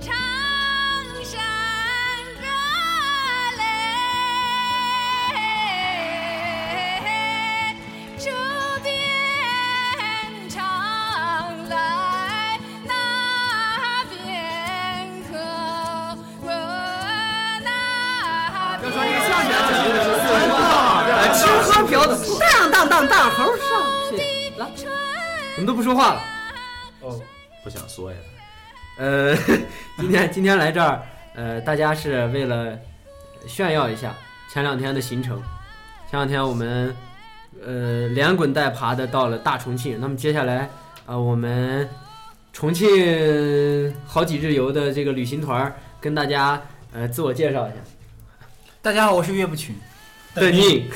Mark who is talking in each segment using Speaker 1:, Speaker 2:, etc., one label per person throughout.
Speaker 1: 长山热泪逐边唱来那边客，那边
Speaker 2: 哎，吃喝嫖赌，当当当当，猴上去了，怎么都不说话了？
Speaker 3: 不想说呀。
Speaker 2: 呃，今天今天来这儿，呃，大家是为了炫耀一下前两天的行程。前两天我们呃连滚带爬的到了大重庆，那么接下来啊、呃我们重呃庆好几日游的这个旅行团儿跟大家呃自我介绍一下。
Speaker 4: 大家好，我是岳不群。
Speaker 2: 对，你，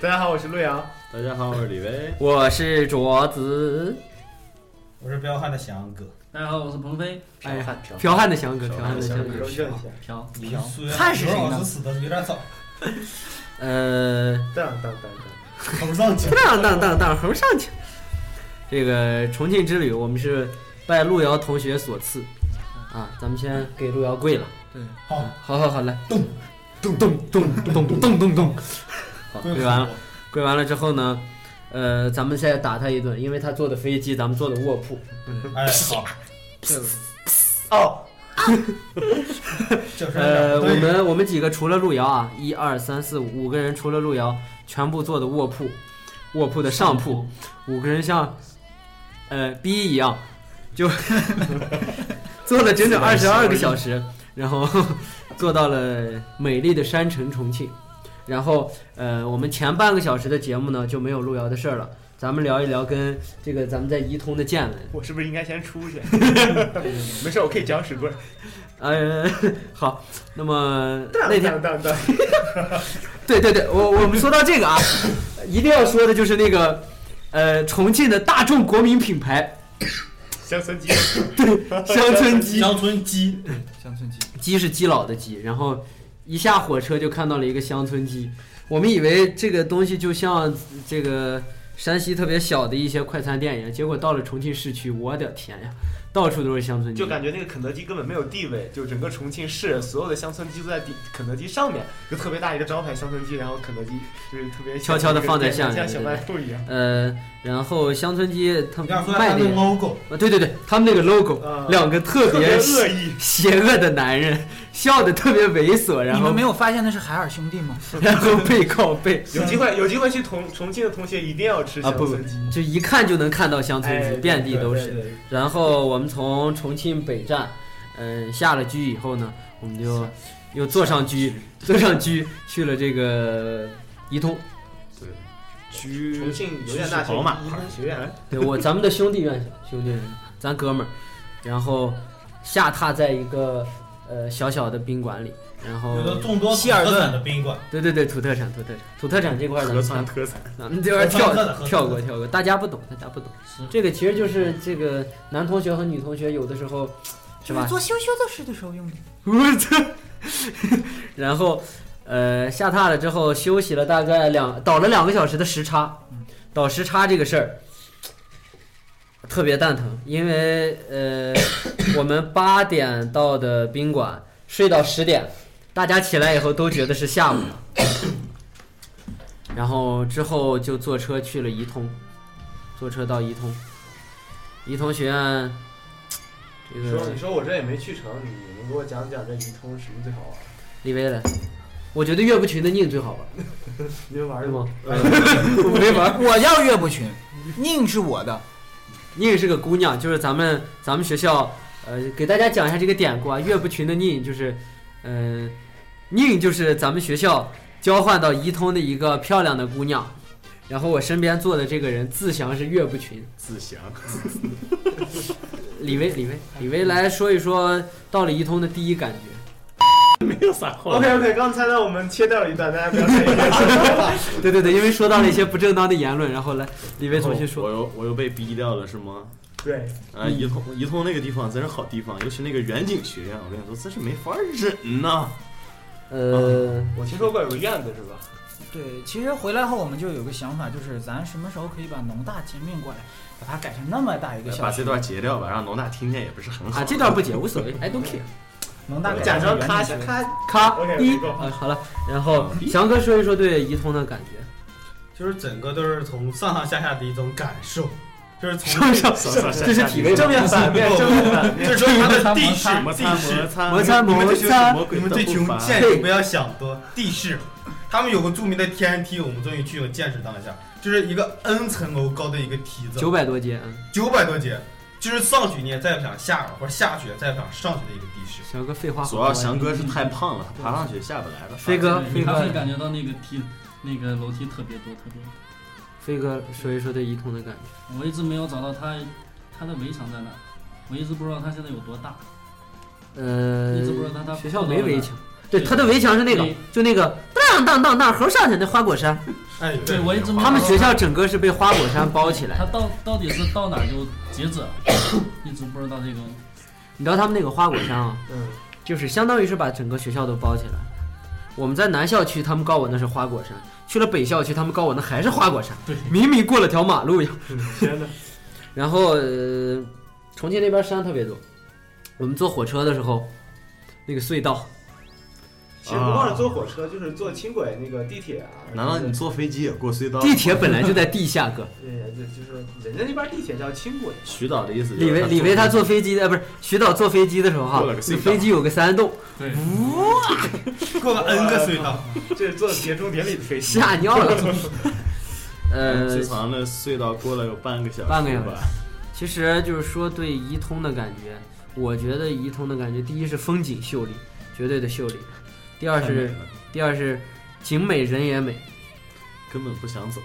Speaker 5: 大家好，我是陆阳。
Speaker 3: 大家好，我是李威。
Speaker 2: 我是卓子，
Speaker 6: 我是彪悍的翔哥，
Speaker 7: 大家好，我是鹏飞。
Speaker 2: 哎呀，
Speaker 3: 嫖
Speaker 2: 剽悍的翔哥，剽
Speaker 3: 剽悍
Speaker 2: 悍的
Speaker 3: 的
Speaker 2: 翔
Speaker 3: 翔
Speaker 2: 哥
Speaker 3: 哥。
Speaker 5: 柔顺一下，
Speaker 7: 飘
Speaker 6: 朴素呀
Speaker 4: 汉是谁呢
Speaker 6: 老师死的有点早，
Speaker 2: 呃，
Speaker 5: 当当当当，
Speaker 6: 头上去。
Speaker 2: 当当当当，猴上去。这个重庆之旅，我们是拜路遥同学所赐啊，咱们先给路遥跪了。
Speaker 6: 好，
Speaker 2: 好好好，来，咚咚咚咚咚咚咚咚，好，跪完了，。跪完了之后呢，呃，咱们再打他一顿，因为他坐的飞机，咱们坐的卧铺。
Speaker 6: 哎，好，
Speaker 5: 哦，
Speaker 6: 就是
Speaker 2: 呃，我
Speaker 6: 对
Speaker 2: 们我们几个除了路遥啊，一二三四五五个人，除了路遥，全部坐的卧铺，卧铺的上铺，五个人像呃逼一样，就 坐了整整二十二个小时，然后 坐到了美丽的山城重庆。然后呃，我们前半个小时的节目呢就没有路遥的事儿了，咱们聊一聊跟这个咱们在宜通的见闻。
Speaker 5: 我是不是应该先出去？没事，我可以搅屎棍。
Speaker 2: 呃， 好，那么那
Speaker 5: 当
Speaker 2: 天
Speaker 5: 当当当，
Speaker 2: 对对对，我我们说到这个啊，一定要说的就是那个，呃，重庆的大众国民品牌
Speaker 5: 乡村鸡，
Speaker 2: 乡村鸡，
Speaker 6: 乡村鸡，
Speaker 4: 乡村鸡，
Speaker 2: 鸡是基佬的鸡，然后一下火车就看到了一个乡村鸡，我们以为这个东西就像这个山西特别小的一些快餐店一样，结果到了重庆市区，我的天呀，到处都是乡村鸡
Speaker 5: 就，感觉那个肯德基根本没有地位，就整个重庆市所有的乡村鸡都在底肯德基上面，就特别大一个招牌乡村鸡，然后肯德基就是特别
Speaker 2: 悄悄地放在下
Speaker 5: 像
Speaker 2: 面
Speaker 5: 像小卖部一样。
Speaker 2: 呃，然后乡村鸡他
Speaker 6: 要说
Speaker 2: 卖
Speaker 6: 它
Speaker 2: 那
Speaker 6: 的
Speaker 2: 个，
Speaker 6: logo，
Speaker 2: 啊对对对，他们那个 logo，
Speaker 5: 啊
Speaker 2: 两个特
Speaker 5: 特别
Speaker 2: 别
Speaker 5: 恶意，
Speaker 2: 邪恶的男人，笑得特别猥琐，然
Speaker 4: 你
Speaker 2: 后
Speaker 4: 们没有发现那是海尔兄弟吗？
Speaker 2: 然后背靠背，
Speaker 5: 有机会有机会去重重庆的同学一定要吃
Speaker 2: 啊
Speaker 5: 乡
Speaker 2: 不
Speaker 5: 村鸡，
Speaker 2: 就一看就能看到乡村
Speaker 5: 哎
Speaker 2: 鸡，遍地都。
Speaker 5: 对
Speaker 2: 是。
Speaker 5: 对对
Speaker 2: 然后我们从重庆北站，嗯，下了车以后呢，我们就又坐上车，坐上车去了这个宜通，
Speaker 3: 对，
Speaker 5: 重
Speaker 3: 居
Speaker 5: 庆邮电大学
Speaker 3: 宝马
Speaker 5: 医工学院，嗯
Speaker 2: 对我咱们的兄弟院校，兄弟院校，咱哥们儿，然后下榻在一个呃小小的宾馆里，然后
Speaker 6: 有着众多
Speaker 4: 希尔顿
Speaker 6: 特产的宾馆，
Speaker 2: 对对对，土特产土特产土特产这块儿咱
Speaker 3: 合
Speaker 2: 们
Speaker 3: 川特产。
Speaker 2: 咱 们这边跳
Speaker 6: 合作的合作的
Speaker 2: 跳过跳过，大家不懂，大家不懂。这个其实就是这个男同学和女同学有的时候，是
Speaker 4: 就是
Speaker 2: 吧？
Speaker 4: 做羞羞的事的时候用的。
Speaker 2: 我操！然后，呃，下榻了之后休息了大概两倒了两个小时的时差，
Speaker 6: 嗯
Speaker 2: 倒时差这个事儿特别蛋疼，因为呃， 我们八点到的宾馆，睡到十点，大家起来以后都觉得是下午了， 然后之后就坐车去了宜通，坐车到宜通，宜通学院。这
Speaker 5: 你
Speaker 2: 个。
Speaker 5: 说你说我这也没去成，你能给我讲讲这移通什么最好玩？
Speaker 2: 李威来，我觉得岳不群的宁最好玩，
Speaker 5: 你们玩
Speaker 2: 是
Speaker 5: 的吗？
Speaker 2: 吗？我没玩。
Speaker 4: 我叫岳不群，宁是我的。
Speaker 2: 宁是个姑娘，就是咱们咱们学校，呃，给大家讲呃一下这个典故啊。岳不群的宁就是，嗯、宁就是咱们学校交换到伊通的一个漂亮的姑娘，然后我身边坐的这个人自详是岳不群。
Speaker 3: 自详，
Speaker 2: 李威，李威，李威来说一说到了伊通的第一感觉。
Speaker 3: 没有啥后
Speaker 5: OK OK，刚才呢我们切掉了一段，大家不要太意见。
Speaker 2: 对对对，因为说到了一些不正当的言论，然后来李威重新
Speaker 3: 我
Speaker 2: 说。
Speaker 3: 又我又被逼掉了是吗？
Speaker 5: 对，
Speaker 3: 啊，一通一通那个地方真是好地方，尤其那个远景学院，我跟你说真是没法忍呐。
Speaker 2: 呃，
Speaker 5: 我听说过有个院子是吧？
Speaker 4: 对，其实回来后我们就有个想法，就是咱什么时候可以把农大兼并过来，把它改成那么大一个
Speaker 3: 把
Speaker 4: 校
Speaker 3: 这
Speaker 4: 区，
Speaker 3: 段截掉吧，让农大听见也不是很好。
Speaker 2: 啊，这段不解无所谓，I don't care。
Speaker 4: 农大改
Speaker 5: 假
Speaker 4: 成
Speaker 5: 装
Speaker 4: 园
Speaker 5: 咔
Speaker 4: 林学
Speaker 5: 咔
Speaker 2: 咔
Speaker 5: OK，
Speaker 2: 一
Speaker 5: 没够
Speaker 2: 啊，好了，然后翔哥说一说对伊通的感觉。
Speaker 6: 就是整个都是从上上下下的一种感受，就是从
Speaker 2: 上上
Speaker 3: 上上下下
Speaker 2: 这是体位
Speaker 5: 正面反面 正面反面，
Speaker 6: 就是说它的地势
Speaker 3: 摩
Speaker 6: 地
Speaker 3: 擦摩
Speaker 6: 势，
Speaker 3: 擦
Speaker 2: 摩擦
Speaker 3: 你们这群
Speaker 2: 摩擦
Speaker 3: 魔鬼
Speaker 6: 你们
Speaker 3: 的
Speaker 6: 对
Speaker 3: 步
Speaker 6: 穷
Speaker 3: 伐
Speaker 6: 见识不要想多，地势。他们有个著名的 TNT，我们终于具有见识到一下，就是一个 N 层楼高的一个梯子，
Speaker 2: 九百多斤，嗯
Speaker 6: 九百多节，就是上去你也再也不想下了，或者下去也再也不想上去的一个地势。
Speaker 2: 翔哥废话好
Speaker 3: 主
Speaker 2: 多呀。
Speaker 3: 要翔哥是太胖了，他爬上去下不来了。啊
Speaker 2: 飞哥，
Speaker 7: 对
Speaker 2: 飞
Speaker 7: 你还会
Speaker 2: 哥，
Speaker 7: 感觉到那个梯，那个楼梯特别多，特别多。
Speaker 2: 飞哥说一说对伊通的感觉。
Speaker 7: 我一直没有找到它，它的围墙在哪儿，我一直不知道它现在有多大。一直不知道他他
Speaker 2: 呃，学校没围墙，对，
Speaker 7: 对
Speaker 2: 他的围墙是那个
Speaker 7: 对，
Speaker 2: 就那个当当当当猴上去那花果山，
Speaker 6: 哎，
Speaker 7: 对，我一直没有
Speaker 2: 他们
Speaker 7: 找到
Speaker 2: 学校整个是被花果山包起来
Speaker 7: 它
Speaker 2: 的。
Speaker 7: 到到底是到哪儿就截止了， 一直不知道这个。
Speaker 2: 你知道他们那个花果山啊，
Speaker 5: 嗯，
Speaker 2: 就是相当于是把整个学校都包起来。我们在南校区，他们告我那是花果山；去了北校区，他们告我那还是花果山。
Speaker 7: 对，
Speaker 2: 明明过了条马路呀。
Speaker 5: 嗯天哪，
Speaker 2: 然后、呃、重庆那边山特别多，我们坐火车的时候，那个隧道，
Speaker 5: 其实不光是坐火车，就是坐轻轨、那个地铁啊。
Speaker 3: 难道你坐飞机也过隧道？
Speaker 2: 地铁本来就在地下，哥。
Speaker 5: 对，呃对，就是人家那边地铁叫轻轨，
Speaker 3: 徐导的意思就是
Speaker 2: 李维，李维他坐飞机的，呃不是徐导坐飞机的时候哈
Speaker 3: 过了个，隧道
Speaker 2: 飞机有个山 洞，
Speaker 7: 对，
Speaker 6: 过个 N 个隧道，
Speaker 5: 这是坐节中典礼的飞机。
Speaker 2: 吓尿了。 呃，
Speaker 3: 最长的隧道过了有半个小时，
Speaker 2: 半个小时
Speaker 3: 吧。
Speaker 2: 其实就是说对移通的感觉，我觉得移通的感觉，第一是风景秀丽，绝对的秀丽；第二
Speaker 3: 太美
Speaker 2: 是
Speaker 3: 了
Speaker 2: 第二是景美人也美，
Speaker 3: 根本不想走。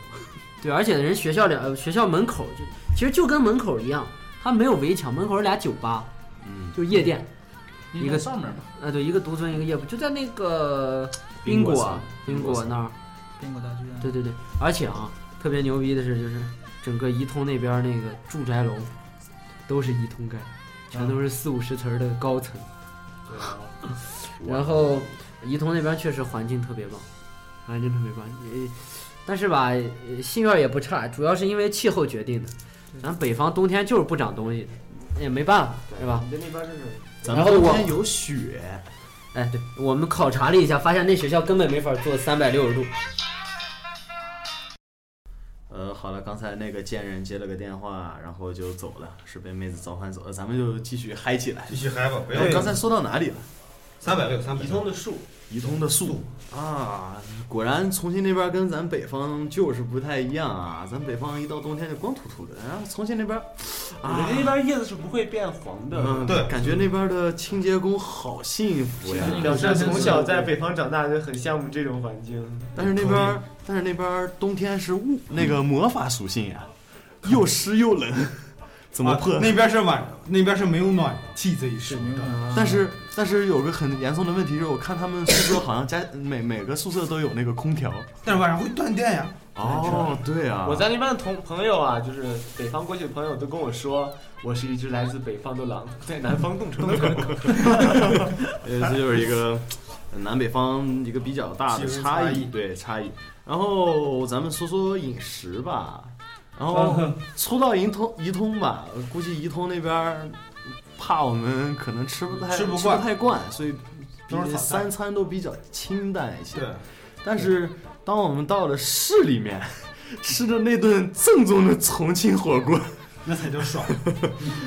Speaker 2: 对，而且人学校两呃学校门口就其实就跟门口一样，它没有围墙，门口是俩酒吧，
Speaker 3: 嗯，
Speaker 2: 就是夜店，
Speaker 7: 应该上面吧。
Speaker 2: 啊、对，一个独尊一个夜不，就在那个
Speaker 3: 冰果
Speaker 2: 果
Speaker 3: 桑
Speaker 2: 冰
Speaker 3: 冰果
Speaker 2: 果
Speaker 3: 桑
Speaker 2: 那儿，
Speaker 4: 宾果大剧院，
Speaker 2: 对对对，而且啊，特别牛逼的是，就是整个伊通那边那个住宅楼，都是伊通盖，全都是四五十层儿的高层。然后伊通那边确实环境特别棒，环境特别棒。呃，但是吧，呃信院也不差，主要是因为气候决定的。咱北方冬天就是不长东西，那也没办法，是吧？
Speaker 5: 你啊在那边就是
Speaker 3: 咱
Speaker 2: 然
Speaker 3: 们
Speaker 2: 后
Speaker 3: 冬
Speaker 2: 我
Speaker 3: 天有雪，
Speaker 2: 哎，对，我们考察了一下，发现那学校根本没法做三百六十度。
Speaker 3: 呃，好了，刚才那个贱人接了个电话，然后就走了，是被妹子召唤走了。咱们就继续嗨起来
Speaker 6: 继。续嗨吧，不要
Speaker 3: 然后刚才说到哪里了？
Speaker 6: 三百六，三百六，
Speaker 5: 的树，
Speaker 3: 移通的速啊，果然重庆那边跟咱北方就是不太一样啊。咱北方一到冬天就光秃秃的，然后重庆那边，啊
Speaker 5: 人家，那边叶子是不会变黄的。
Speaker 3: 嗯，
Speaker 6: 对
Speaker 3: 感觉那边的清洁工好幸福呀。
Speaker 5: 表示从小
Speaker 3: 嗯
Speaker 5: 在北方长大，就很羡慕这种环境。
Speaker 3: 但是那边儿，但是那边儿冬天是雾，那个魔法属性呀，又湿又冷， 怎么破
Speaker 6: 啊？那边是晚，那边是没有暖气这一说
Speaker 4: 没有
Speaker 6: 的。
Speaker 4: 啊
Speaker 3: 但是但是有个很严重的问题就是，我看他们宿舍好像家每每个宿舍都有那个空调。
Speaker 6: 但是晚上会断电呀。
Speaker 3: 哦，对啊，
Speaker 5: 我在那边的同朋友啊，就是北方过去的朋友都跟我说，我是一只来自北方的狼，在南方冻成的狗。
Speaker 3: 呃，这就是一个呃南北方一个比较大的差异，对差异。然后咱们说说饮食吧，然 后说到移通移通吧，我估计移通那边儿怕我们可能吃不太
Speaker 6: 吃不
Speaker 3: 不
Speaker 6: 惯
Speaker 3: 太惯，所以比
Speaker 6: 都是炒菜
Speaker 3: 三餐都比较清淡一些。
Speaker 6: 对，
Speaker 3: 但是当我们到了市里面， 吃的那顿正宗的重庆火锅，
Speaker 6: 那才叫爽。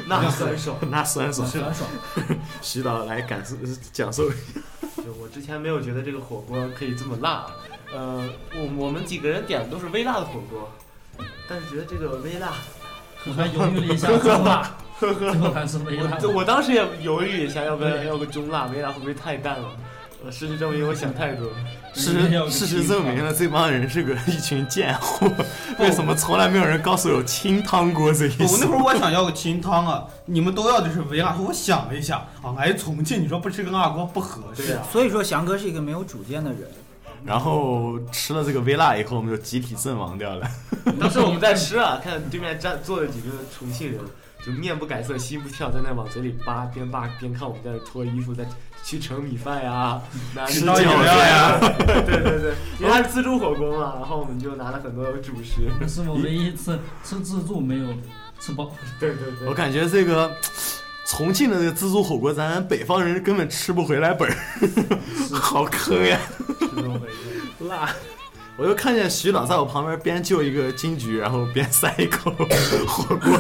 Speaker 3: 那酸爽，那酸爽。
Speaker 6: 是爽。
Speaker 3: 徐导来感受 讲授
Speaker 5: 就我之前没有觉得这个火锅可以这么辣，呃，我我们几个人点的都是微辣的火锅，但是觉得这个微辣
Speaker 7: 我还犹豫了一下，
Speaker 5: 呵
Speaker 7: 最
Speaker 5: 呵
Speaker 7: 后
Speaker 5: 吧。
Speaker 7: 最后还是没拉
Speaker 5: 我。我当时也犹豫一下，要不要要个中辣，微辣会不会太淡了？我事实证明我想太多了。
Speaker 3: 事实事实证明了，这帮人是个一群贱货。为什么从来没有人告诉我有清汤锅这一
Speaker 6: 我那
Speaker 3: 说？
Speaker 6: 会儿我想要个清汤啊，你们都要的是微辣，我想了一下啊，来重庆，你说不吃个辣锅不合
Speaker 5: 对
Speaker 6: 适
Speaker 5: 呀、。啊，
Speaker 4: 所以说，翔哥是一个没有主见的人。
Speaker 3: 然后吃了这个微辣以后，我们就集体阵亡掉 了。
Speaker 5: 当时我 们在吃啊，看对面站坐着几个重庆人，就面不改色心不跳，在那往嘴里扒，边扒边看我们在那脱衣服，在去盛米饭呀，拿
Speaker 3: 吃
Speaker 5: 那
Speaker 3: 饺
Speaker 5: 个
Speaker 3: 子呀
Speaker 5: 对对对对，因为它是自助火锅嘛，然后我们就拿了很多主食，
Speaker 7: 这是我唯一一次吃自助没有吃饱。
Speaker 5: 对对对
Speaker 3: 我，感觉这个重庆的这个自助火锅，咱北方人根本吃不回来本儿， 好坑呀！
Speaker 5: 是这么回事。
Speaker 3: 辣。我就看见徐导在我旁边边就一个金桔，然后边塞一口火锅，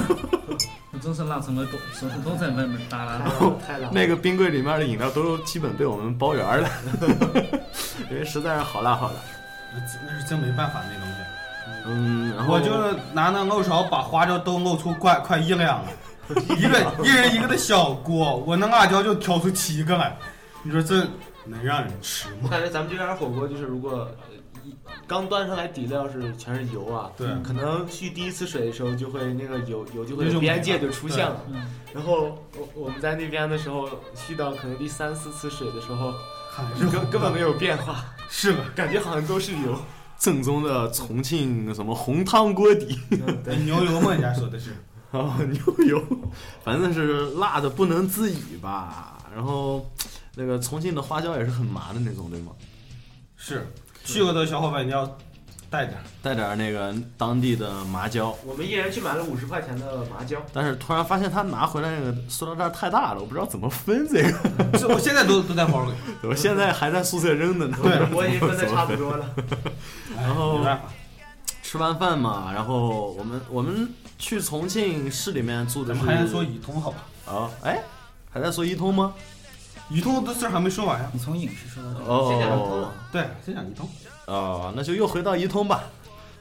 Speaker 7: 我真是辣成了狗，手指都在外面耷拉着。
Speaker 5: 太辣了太辣了，
Speaker 3: 那个冰柜里面的饮料都基本被我们包圆儿了， 因为实在是好辣好辣。
Speaker 6: 那是真没办法，那东西。
Speaker 3: 嗯，然后
Speaker 6: 我就是拿那漏勺把花椒都漏出快快一两了，一个一人一个的小锅，我那辣椒就挑出七个来，你说这能让人吃
Speaker 5: 我
Speaker 6: 吗？
Speaker 5: 感觉咱们这边火锅就是，如果呃一刚端上来底料是全是油啊，
Speaker 6: 对，
Speaker 5: 可能续第一次水的时候就会那个油油就会
Speaker 6: 那
Speaker 5: 有
Speaker 6: 就没
Speaker 5: 边界
Speaker 6: 了
Speaker 5: 就出现了。
Speaker 7: 嗯，
Speaker 5: 然后我我们在那边的时候续到可能第三四次水的时 候，
Speaker 6: 还是
Speaker 5: 根根本没
Speaker 6: 有，
Speaker 5: 有变化，
Speaker 6: 是 吧？
Speaker 5: 感觉好像都是油。
Speaker 3: 正宗的重庆什么红汤锅底，
Speaker 5: 对，
Speaker 6: 牛油嘛，人家说的是，
Speaker 3: 然后牛油，反正是辣的不能自已吧。然后那个重庆的花椒也是很麻的那种，对吗？
Speaker 6: 是去过的小伙伴一定要带点儿，
Speaker 3: 带点儿那个当地的麻椒，
Speaker 5: 我们一人去买了五十块钱的麻椒，
Speaker 3: 但是突然发现他拿回来那个塑料袋太大了，我不知道怎么分这个，
Speaker 6: 这我现在都都在包里，
Speaker 3: 我现在还在宿舍扔的呢。
Speaker 6: 对
Speaker 5: 我已经分的差不多 了。
Speaker 6: 然
Speaker 3: 后
Speaker 6: 没哎办法，
Speaker 3: 吃完饭嘛，然后我们我们去重庆市里面住的
Speaker 6: 咱
Speaker 3: 是，
Speaker 6: 们还是说移通好吧？
Speaker 3: 哦，哎，还在说一通吗？
Speaker 6: 移通的事儿还没说完呀。
Speaker 4: 你从影视说到这儿，
Speaker 5: 先讲一通
Speaker 3: 哦
Speaker 5: 吧
Speaker 6: 对，先讲移通，
Speaker 3: 哦，那就又回到移通吧，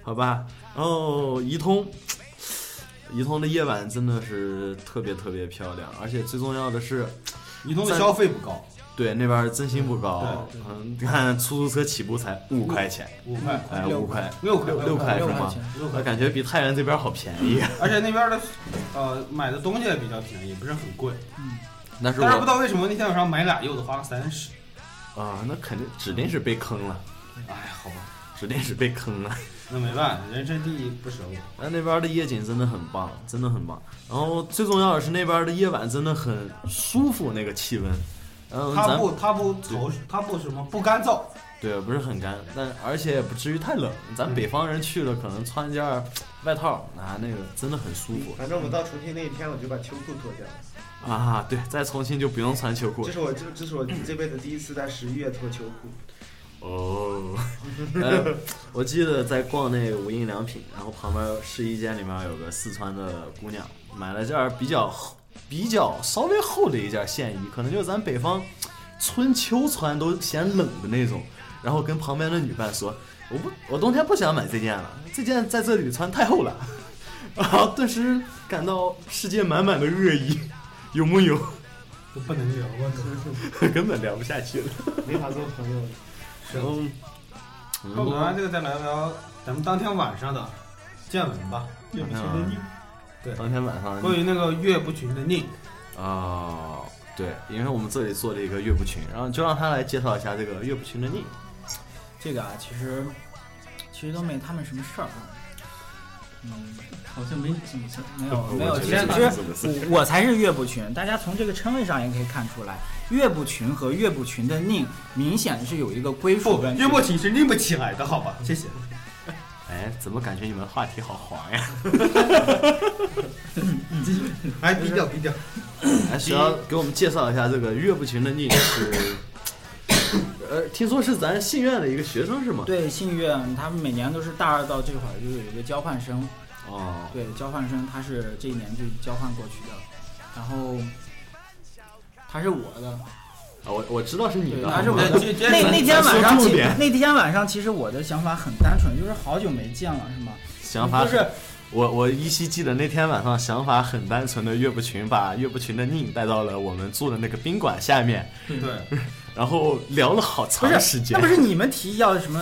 Speaker 3: 好吧。然后移通，移通的夜晚真的是特别特别漂亮，而且最重要的是，
Speaker 6: 移通的
Speaker 3: 在
Speaker 6: 消费不高，
Speaker 3: 对那边真心不高
Speaker 6: 对，
Speaker 3: 嗯，你看出租车起步才五块钱，
Speaker 6: 五块、
Speaker 3: 哎，五块，
Speaker 6: 嗯六块、
Speaker 3: 六块是
Speaker 4: 六块
Speaker 3: 吗
Speaker 4: 钱？
Speaker 6: 六
Speaker 3: 我
Speaker 6: 块，
Speaker 3: 感觉比太原这边好便宜，啊
Speaker 6: 而且那边的呃买的东西也比较便宜，也不是很贵。
Speaker 3: 但是
Speaker 6: 但是不知
Speaker 3: 我
Speaker 6: 道为什么那天晚上买俩柚子花了三十。
Speaker 3: 啊，那肯定指定是被坑了，
Speaker 6: 哎，好吧，
Speaker 3: 指定是被坑了。
Speaker 6: 那没办法，人生地不熟。
Speaker 3: 那那边的夜景真的很棒，真的很棒。然后最重要的是那边的夜晚真的很舒服，那个气温。嗯，
Speaker 6: 它
Speaker 3: 咱
Speaker 6: 不，它不潮湿，它不什么不干燥。
Speaker 3: 对不是很干，但而且也不至于太冷。咱北方人去了，可能穿件儿外套，啊，那个真的很舒服
Speaker 5: 反正我到重庆那一天，我就把秋裤脱掉了。
Speaker 3: 啊。对，在重庆就不用穿秋裤了。
Speaker 5: 是我这这是我这辈子第一次在十一月脱秋裤。
Speaker 3: 哦， 呃，我记得在逛那无印良品，然后旁边试衣间里面有个四川的姑娘，买了件儿比较厚、比较稍微厚的一件线衣，可能就是咱北方春秋穿都嫌冷的那种。然后跟旁边的女伴说：“我不，我冬天不想买这件了，这件在这里穿太厚了。”然后顿时感到世界满满的恶意，有木有？
Speaker 6: 就不能聊了，
Speaker 3: 根本聊不下去了。
Speaker 5: 没法做朋友了。
Speaker 3: 然后，
Speaker 6: 那
Speaker 3: 嗯
Speaker 6: 我们完这个再聊聊咱们当天晚上的见闻吧。岳不群的逆，
Speaker 3: 当天晚上
Speaker 6: 关于那个岳不群的逆，
Speaker 3: 啊、对，因为我们这里做了一个岳不群，然后就让他来介绍一下这个岳不群的逆。
Speaker 4: 这个啊，其实其实都没他们什么事儿啊。嗯，
Speaker 7: 好像没什么事儿。
Speaker 4: 没有没
Speaker 3: 我
Speaker 4: 有，
Speaker 3: 觉
Speaker 4: 其
Speaker 3: 得
Speaker 4: 实其
Speaker 3: 是
Speaker 4: 实
Speaker 3: 这么回事
Speaker 4: 我我才是岳不群。大家从这个称谓上也可以看出来，岳不群和岳不群的宁明显是有一个归属
Speaker 6: 不，
Speaker 4: 问题
Speaker 6: 岳。不群是拧不起来的，好吧？
Speaker 3: 嗯
Speaker 6: 谢谢。
Speaker 3: 哎，怎么感觉你们话题好黄 呀？嗯
Speaker 6: 哎，低调低调。
Speaker 3: 哎，需要给我们介绍一下这个岳不群的逆是，呃，听说是咱信院的一个学生是吗？
Speaker 4: 对，信乐他们每年都是大二到这会儿就有一个交换生，
Speaker 3: 哦，
Speaker 4: 对，交换生他是这一年就交换过去的，然后他是我的，
Speaker 3: 啊我我知道是你的，
Speaker 4: 还是我
Speaker 3: 好吗
Speaker 4: 的
Speaker 6: 接接
Speaker 4: 那
Speaker 6: 咱
Speaker 4: 那天晚上
Speaker 3: 说重
Speaker 4: 其，
Speaker 3: 点
Speaker 4: 那天晚上其实我的想法很单纯，就是好久没见了，是吗？
Speaker 3: 想法
Speaker 4: 不是
Speaker 3: 我我依稀记得那天晚上，想法很单纯的岳不群把岳不群的宁带到了我们住的那个宾馆下面，
Speaker 6: 对，
Speaker 3: 然后聊了好
Speaker 4: 不
Speaker 3: 长时
Speaker 4: 是，
Speaker 3: 间。
Speaker 4: 那不是你们提要什么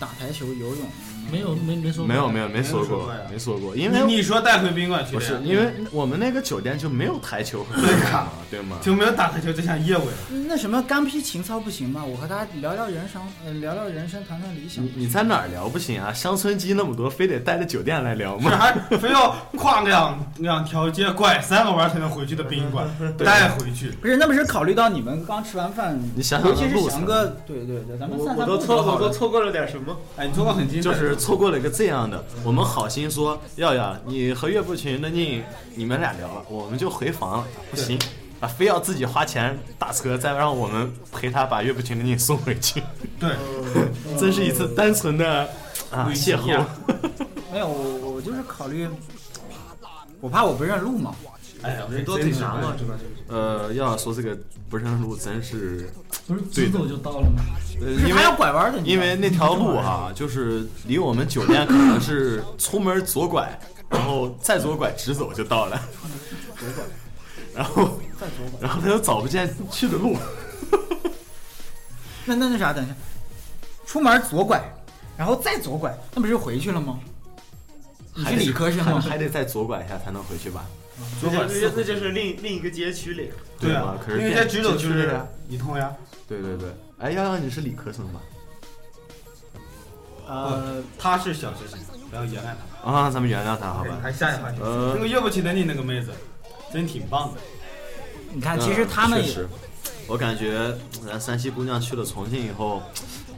Speaker 4: 打排球、游泳？
Speaker 7: 没有没没说过
Speaker 3: 没有没有没说过
Speaker 6: 没有说过呀
Speaker 3: 没说过，因
Speaker 6: 你
Speaker 3: 为
Speaker 6: 你说带回宾馆去
Speaker 3: 不
Speaker 6: 的呀
Speaker 3: 是因为我们那个酒店就没有台球和
Speaker 6: 对
Speaker 3: 卡
Speaker 6: 呀
Speaker 3: 嘛，对吗？
Speaker 6: 就没有打台球这项业务 呀。
Speaker 4: 那什么干劈情操不行吗？我和他聊聊人生，呃，聊聊人生，谈谈理想
Speaker 3: 你。你在哪儿聊不行啊？乡村鸡那么多，非得带着酒店来聊
Speaker 6: 是啊
Speaker 3: 吗？
Speaker 6: 还非要跨两两条街拐三个弯才能回去的 宾馆，带回去。
Speaker 4: 不是，那不是考虑到你们刚吃完饭，
Speaker 3: 你想
Speaker 4: 尤
Speaker 3: 想
Speaker 4: 其是
Speaker 3: 路
Speaker 4: 翔
Speaker 3: 程，
Speaker 4: 哥，对对对，咱们
Speaker 5: 我
Speaker 4: 散
Speaker 5: 我
Speaker 4: 散
Speaker 5: 都
Speaker 4: 步
Speaker 5: 错
Speaker 4: 就
Speaker 5: 过，
Speaker 4: 好
Speaker 5: 我都
Speaker 4: 了。
Speaker 5: 错过了点什么？
Speaker 6: 哎，你做过很精
Speaker 3: 就
Speaker 6: 彩，
Speaker 3: 是错过了一个这样的。我们好心说耀耀，你和岳不群的宁，你们俩聊了，我们就回房了。不行，啊，非要自己花钱打车，再让我们陪他把岳不群的宁送回去，
Speaker 6: 对，
Speaker 3: 真是一次单纯的啊
Speaker 6: 旅
Speaker 3: 邂
Speaker 6: 行
Speaker 3: 逅
Speaker 6: 呀。
Speaker 4: 没有，我我就是考虑，我怕我不认路嘛。
Speaker 6: 哎呀，
Speaker 5: 人多
Speaker 6: 真
Speaker 5: 嘴
Speaker 6: 是
Speaker 5: 难嘛，是吧？这个是
Speaker 3: 呃，耀耀说这个不认路真是，
Speaker 7: 不是直走就到了吗？
Speaker 3: 呃
Speaker 4: 不是
Speaker 3: 因为
Speaker 4: 还要拐弯的，你知
Speaker 3: 因
Speaker 4: 道吗
Speaker 3: 为那条路哈、就是离我们酒店可能是出门左拐，然后再左拐直走就到了。然后，然后他又找不见去的路，
Speaker 4: 那那那啥，等一下，出门左拐，然后再左拐，那不是回去了吗？你
Speaker 3: 还
Speaker 4: 是
Speaker 3: 得
Speaker 4: 理科生啊
Speaker 3: 还
Speaker 4: 吗？
Speaker 3: 还得再左拐一下才能回去吧？
Speaker 6: 左拐
Speaker 5: 这就这就是另另一个街区里，
Speaker 6: 对
Speaker 3: 吧
Speaker 6: 啊？，
Speaker 3: 可
Speaker 6: 因
Speaker 3: 是
Speaker 6: 为在
Speaker 3: 电
Speaker 6: 直走
Speaker 3: 就
Speaker 6: 就是
Speaker 3: 这
Speaker 6: 是
Speaker 3: 样
Speaker 6: 一通呀，
Speaker 3: 对对对，哎，洋洋你是理科生吧？
Speaker 5: 呃，
Speaker 6: 他是小学生，不要原谅他。
Speaker 3: 啊，咱们原谅他好吧？
Speaker 6: 哎还下一话题，
Speaker 3: 呃
Speaker 6: 那个岳不群的你那个妹子，真挺棒的。
Speaker 4: 你看，其实他们
Speaker 3: 嗯确
Speaker 4: 也
Speaker 3: 实，我感觉咱山西姑娘去了重庆以后，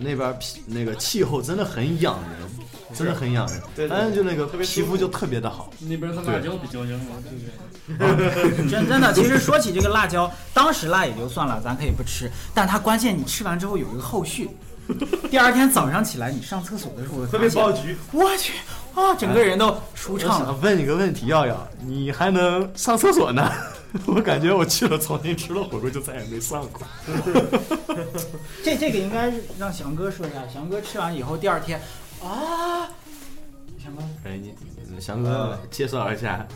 Speaker 3: 那边皮那个气候真的很养人，真的很养人。
Speaker 5: 对对
Speaker 3: 但是就那个
Speaker 5: 特别
Speaker 3: 皮
Speaker 5: 舒服
Speaker 3: 肤就特别的好。
Speaker 7: 那边他辣椒比较硬嘛，对不对？
Speaker 4: 真真的，其实说起这个辣椒，当时辣也就算了，咱可以不吃，但它关键你吃完之后有一个 后续，第二天早上起来你上厕所的时候会
Speaker 5: 会
Speaker 4: 发
Speaker 5: 被
Speaker 4: 现，
Speaker 5: 爆菊。
Speaker 4: 我去啊，整个人都舒
Speaker 3: 我
Speaker 4: 畅了。
Speaker 3: 想问你个问题，耀耀，你还能上厕所呢？ 我感觉我去了重庆吃了火锅就再也没上过。
Speaker 4: 这这个应该是让翔哥说一下，翔哥吃完以后第二天啊，翔哥
Speaker 3: 哎，你你翔哥介绍一下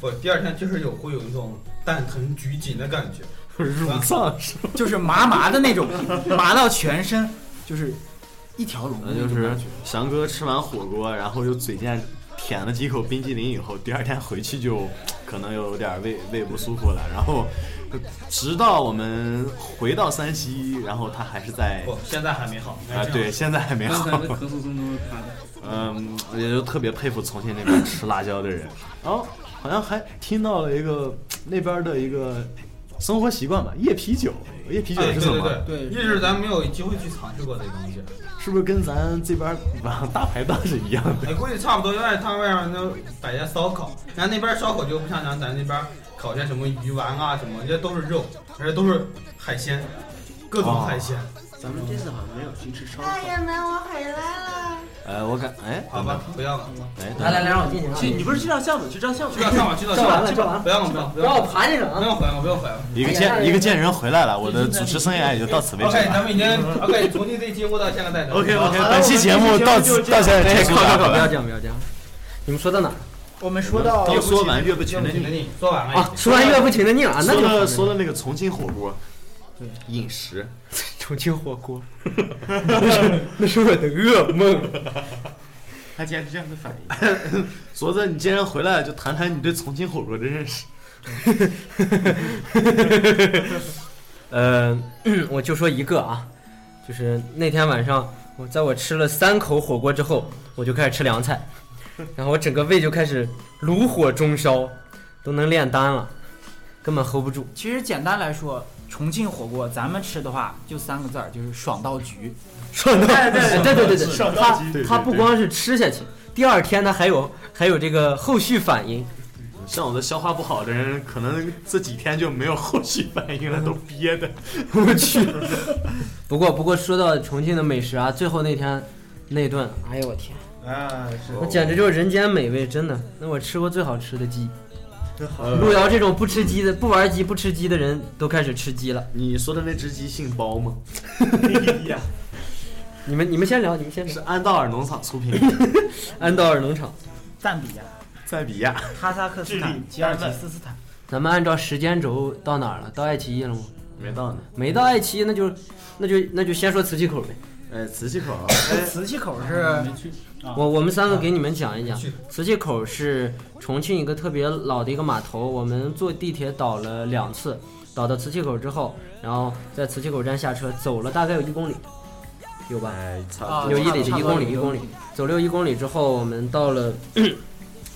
Speaker 6: 不，第二天就是有会有一种蛋疼菊紧的感觉，
Speaker 3: 乳脏是吧？
Speaker 4: 就是麻麻的那种， 麻到全身，就是一条龙的
Speaker 3: 那
Speaker 4: 那
Speaker 3: 就
Speaker 4: 种
Speaker 3: 是
Speaker 4: 感觉。
Speaker 3: 翔哥吃完火锅，然后又嘴贱舔了几口冰激凌以后，第二天回去就可能有点胃胃不舒服了，然后直到我们回到山西，然后他还是在
Speaker 6: 不，现在还没好。
Speaker 3: 啊、对，现在还没
Speaker 7: 刚才
Speaker 3: 好
Speaker 7: 的。咳嗽声都是他的。
Speaker 3: 嗯，也就特别佩服重庆那边吃辣椒的人。然后好像还听到了一个那边的一个生活习惯吧，夜啤酒。夜啤酒
Speaker 6: 哎，
Speaker 3: 是
Speaker 6: 对
Speaker 3: 什
Speaker 6: 对
Speaker 3: 么？
Speaker 6: 对，
Speaker 4: 对
Speaker 6: 一直咱没有机会去尝试过这个东西，
Speaker 3: 是不是跟咱这边晚上大排档是一样的？
Speaker 6: 哎，估计差不多，因为他外面那摆些烧烤，咱那边烧烤就不像咱咱那边烤些什么鱼丸啊什么，这都是肉，而且都是海鲜，各种海鲜，
Speaker 5: 咱们这次好像没有去吃烧烤，
Speaker 1: 大爷们，我回来了。
Speaker 3: 哎，我感哎，
Speaker 6: 好吧，不要了，
Speaker 3: 哎，等等
Speaker 2: 来来来，让我进去啊，
Speaker 5: 去你不是去趟项目，去趟项目
Speaker 6: 去。吧上网去吧
Speaker 2: 照
Speaker 6: 上
Speaker 2: 完
Speaker 6: 网
Speaker 2: 了，
Speaker 6: 去
Speaker 2: 照
Speaker 6: 吧，
Speaker 2: 完了，
Speaker 6: 不要了不要不
Speaker 2: 不要
Speaker 6: 要
Speaker 2: 我
Speaker 6: 了，
Speaker 2: 爬你
Speaker 6: 不
Speaker 2: 上啊！
Speaker 6: 要还我不要还我。
Speaker 3: 一个见一个见人回来了，我的主持生涯也就到此为止
Speaker 6: OK，咱
Speaker 3: 了。
Speaker 6: 们已经 OK，从今这一期播到现在再聊。
Speaker 3: OK
Speaker 5: 好
Speaker 3: OK，
Speaker 5: 了
Speaker 3: 本期节目到此到现在结束
Speaker 2: 靠靠靠！不要
Speaker 3: 了。
Speaker 2: 这样，不要这样。你们说到哪儿
Speaker 4: 我们说到
Speaker 3: 刚说完岳不群的
Speaker 6: 你
Speaker 3: 你，
Speaker 6: 你说完
Speaker 7: 哎
Speaker 6: 了已
Speaker 2: 啊
Speaker 6: 经？。
Speaker 2: 说完岳不群的宁啊，那
Speaker 3: 说
Speaker 2: 就好
Speaker 3: 的
Speaker 2: 了
Speaker 3: 说的那个重庆火锅，饮食。
Speaker 2: 重庆火锅， 那是那是我的噩梦。
Speaker 5: 他竟然是这样的反应。
Speaker 3: 说着你既然回来了，就谈谈你对重庆火锅的认识。
Speaker 2: 呃， 我就说一个啊，就是那天晚上，我在我吃了三口火锅之后，我就开始吃凉 菜，然后我整个胃就开始炉火中烧，都能炼丹了，根本 hold 不住。
Speaker 4: 其实简单来说，重庆火锅咱们吃的话就三个字儿，就是爽到局。
Speaker 2: 爽到哎对对对对对，他
Speaker 3: 对对
Speaker 2: 他不光是吃下去，第二天呢还有还有这个后续反应，
Speaker 3: 像我这消化不好的人，可能这几天就没有后续反应了，都憋的。
Speaker 2: 我去。不过不过说到重庆的美食啊，最后那天那顿，哎呦我天，
Speaker 5: 啊，是
Speaker 2: 那简直就是人间美味，真的，那我吃过最好吃的鸡。路遥这种不吃鸡的、不玩鸡、不吃鸡的人都开始吃鸡了。
Speaker 3: 你说的那只鸡姓包吗？
Speaker 2: 你们你们先聊，你们先
Speaker 3: 是
Speaker 2: 聊。
Speaker 3: 安道尔农场出品，
Speaker 2: 安道尔农场，
Speaker 4: 赞比亚、
Speaker 3: 赞比亚。
Speaker 4: 哈萨克斯
Speaker 5: 智利
Speaker 4: 坦、吉尔吉斯斯坦，
Speaker 2: 咱们按照时间轴到哪儿了？到爱奇艺了吗？
Speaker 3: 没到呢，
Speaker 2: 没到爱奇艺，那就那就那就先说瓷器口呗。
Speaker 3: 哎，瓷器口啊，
Speaker 4: 瓷器口是
Speaker 7: 没去。
Speaker 3: 啊
Speaker 2: 我我们三个给你们讲一讲
Speaker 6: 去，
Speaker 2: 瓷器口是重庆一个特别老的一个码头，我们坐地铁倒了两次，倒到瓷器口之后，然后在瓷器口站下车，走了大概有一公里，有吧？
Speaker 3: 哎，
Speaker 4: 啊
Speaker 3: 操，
Speaker 2: 有一里
Speaker 4: 差
Speaker 2: 地，
Speaker 4: 不
Speaker 2: 一
Speaker 4: 多
Speaker 2: 公里，一公里。走六一公里之后，我们到 了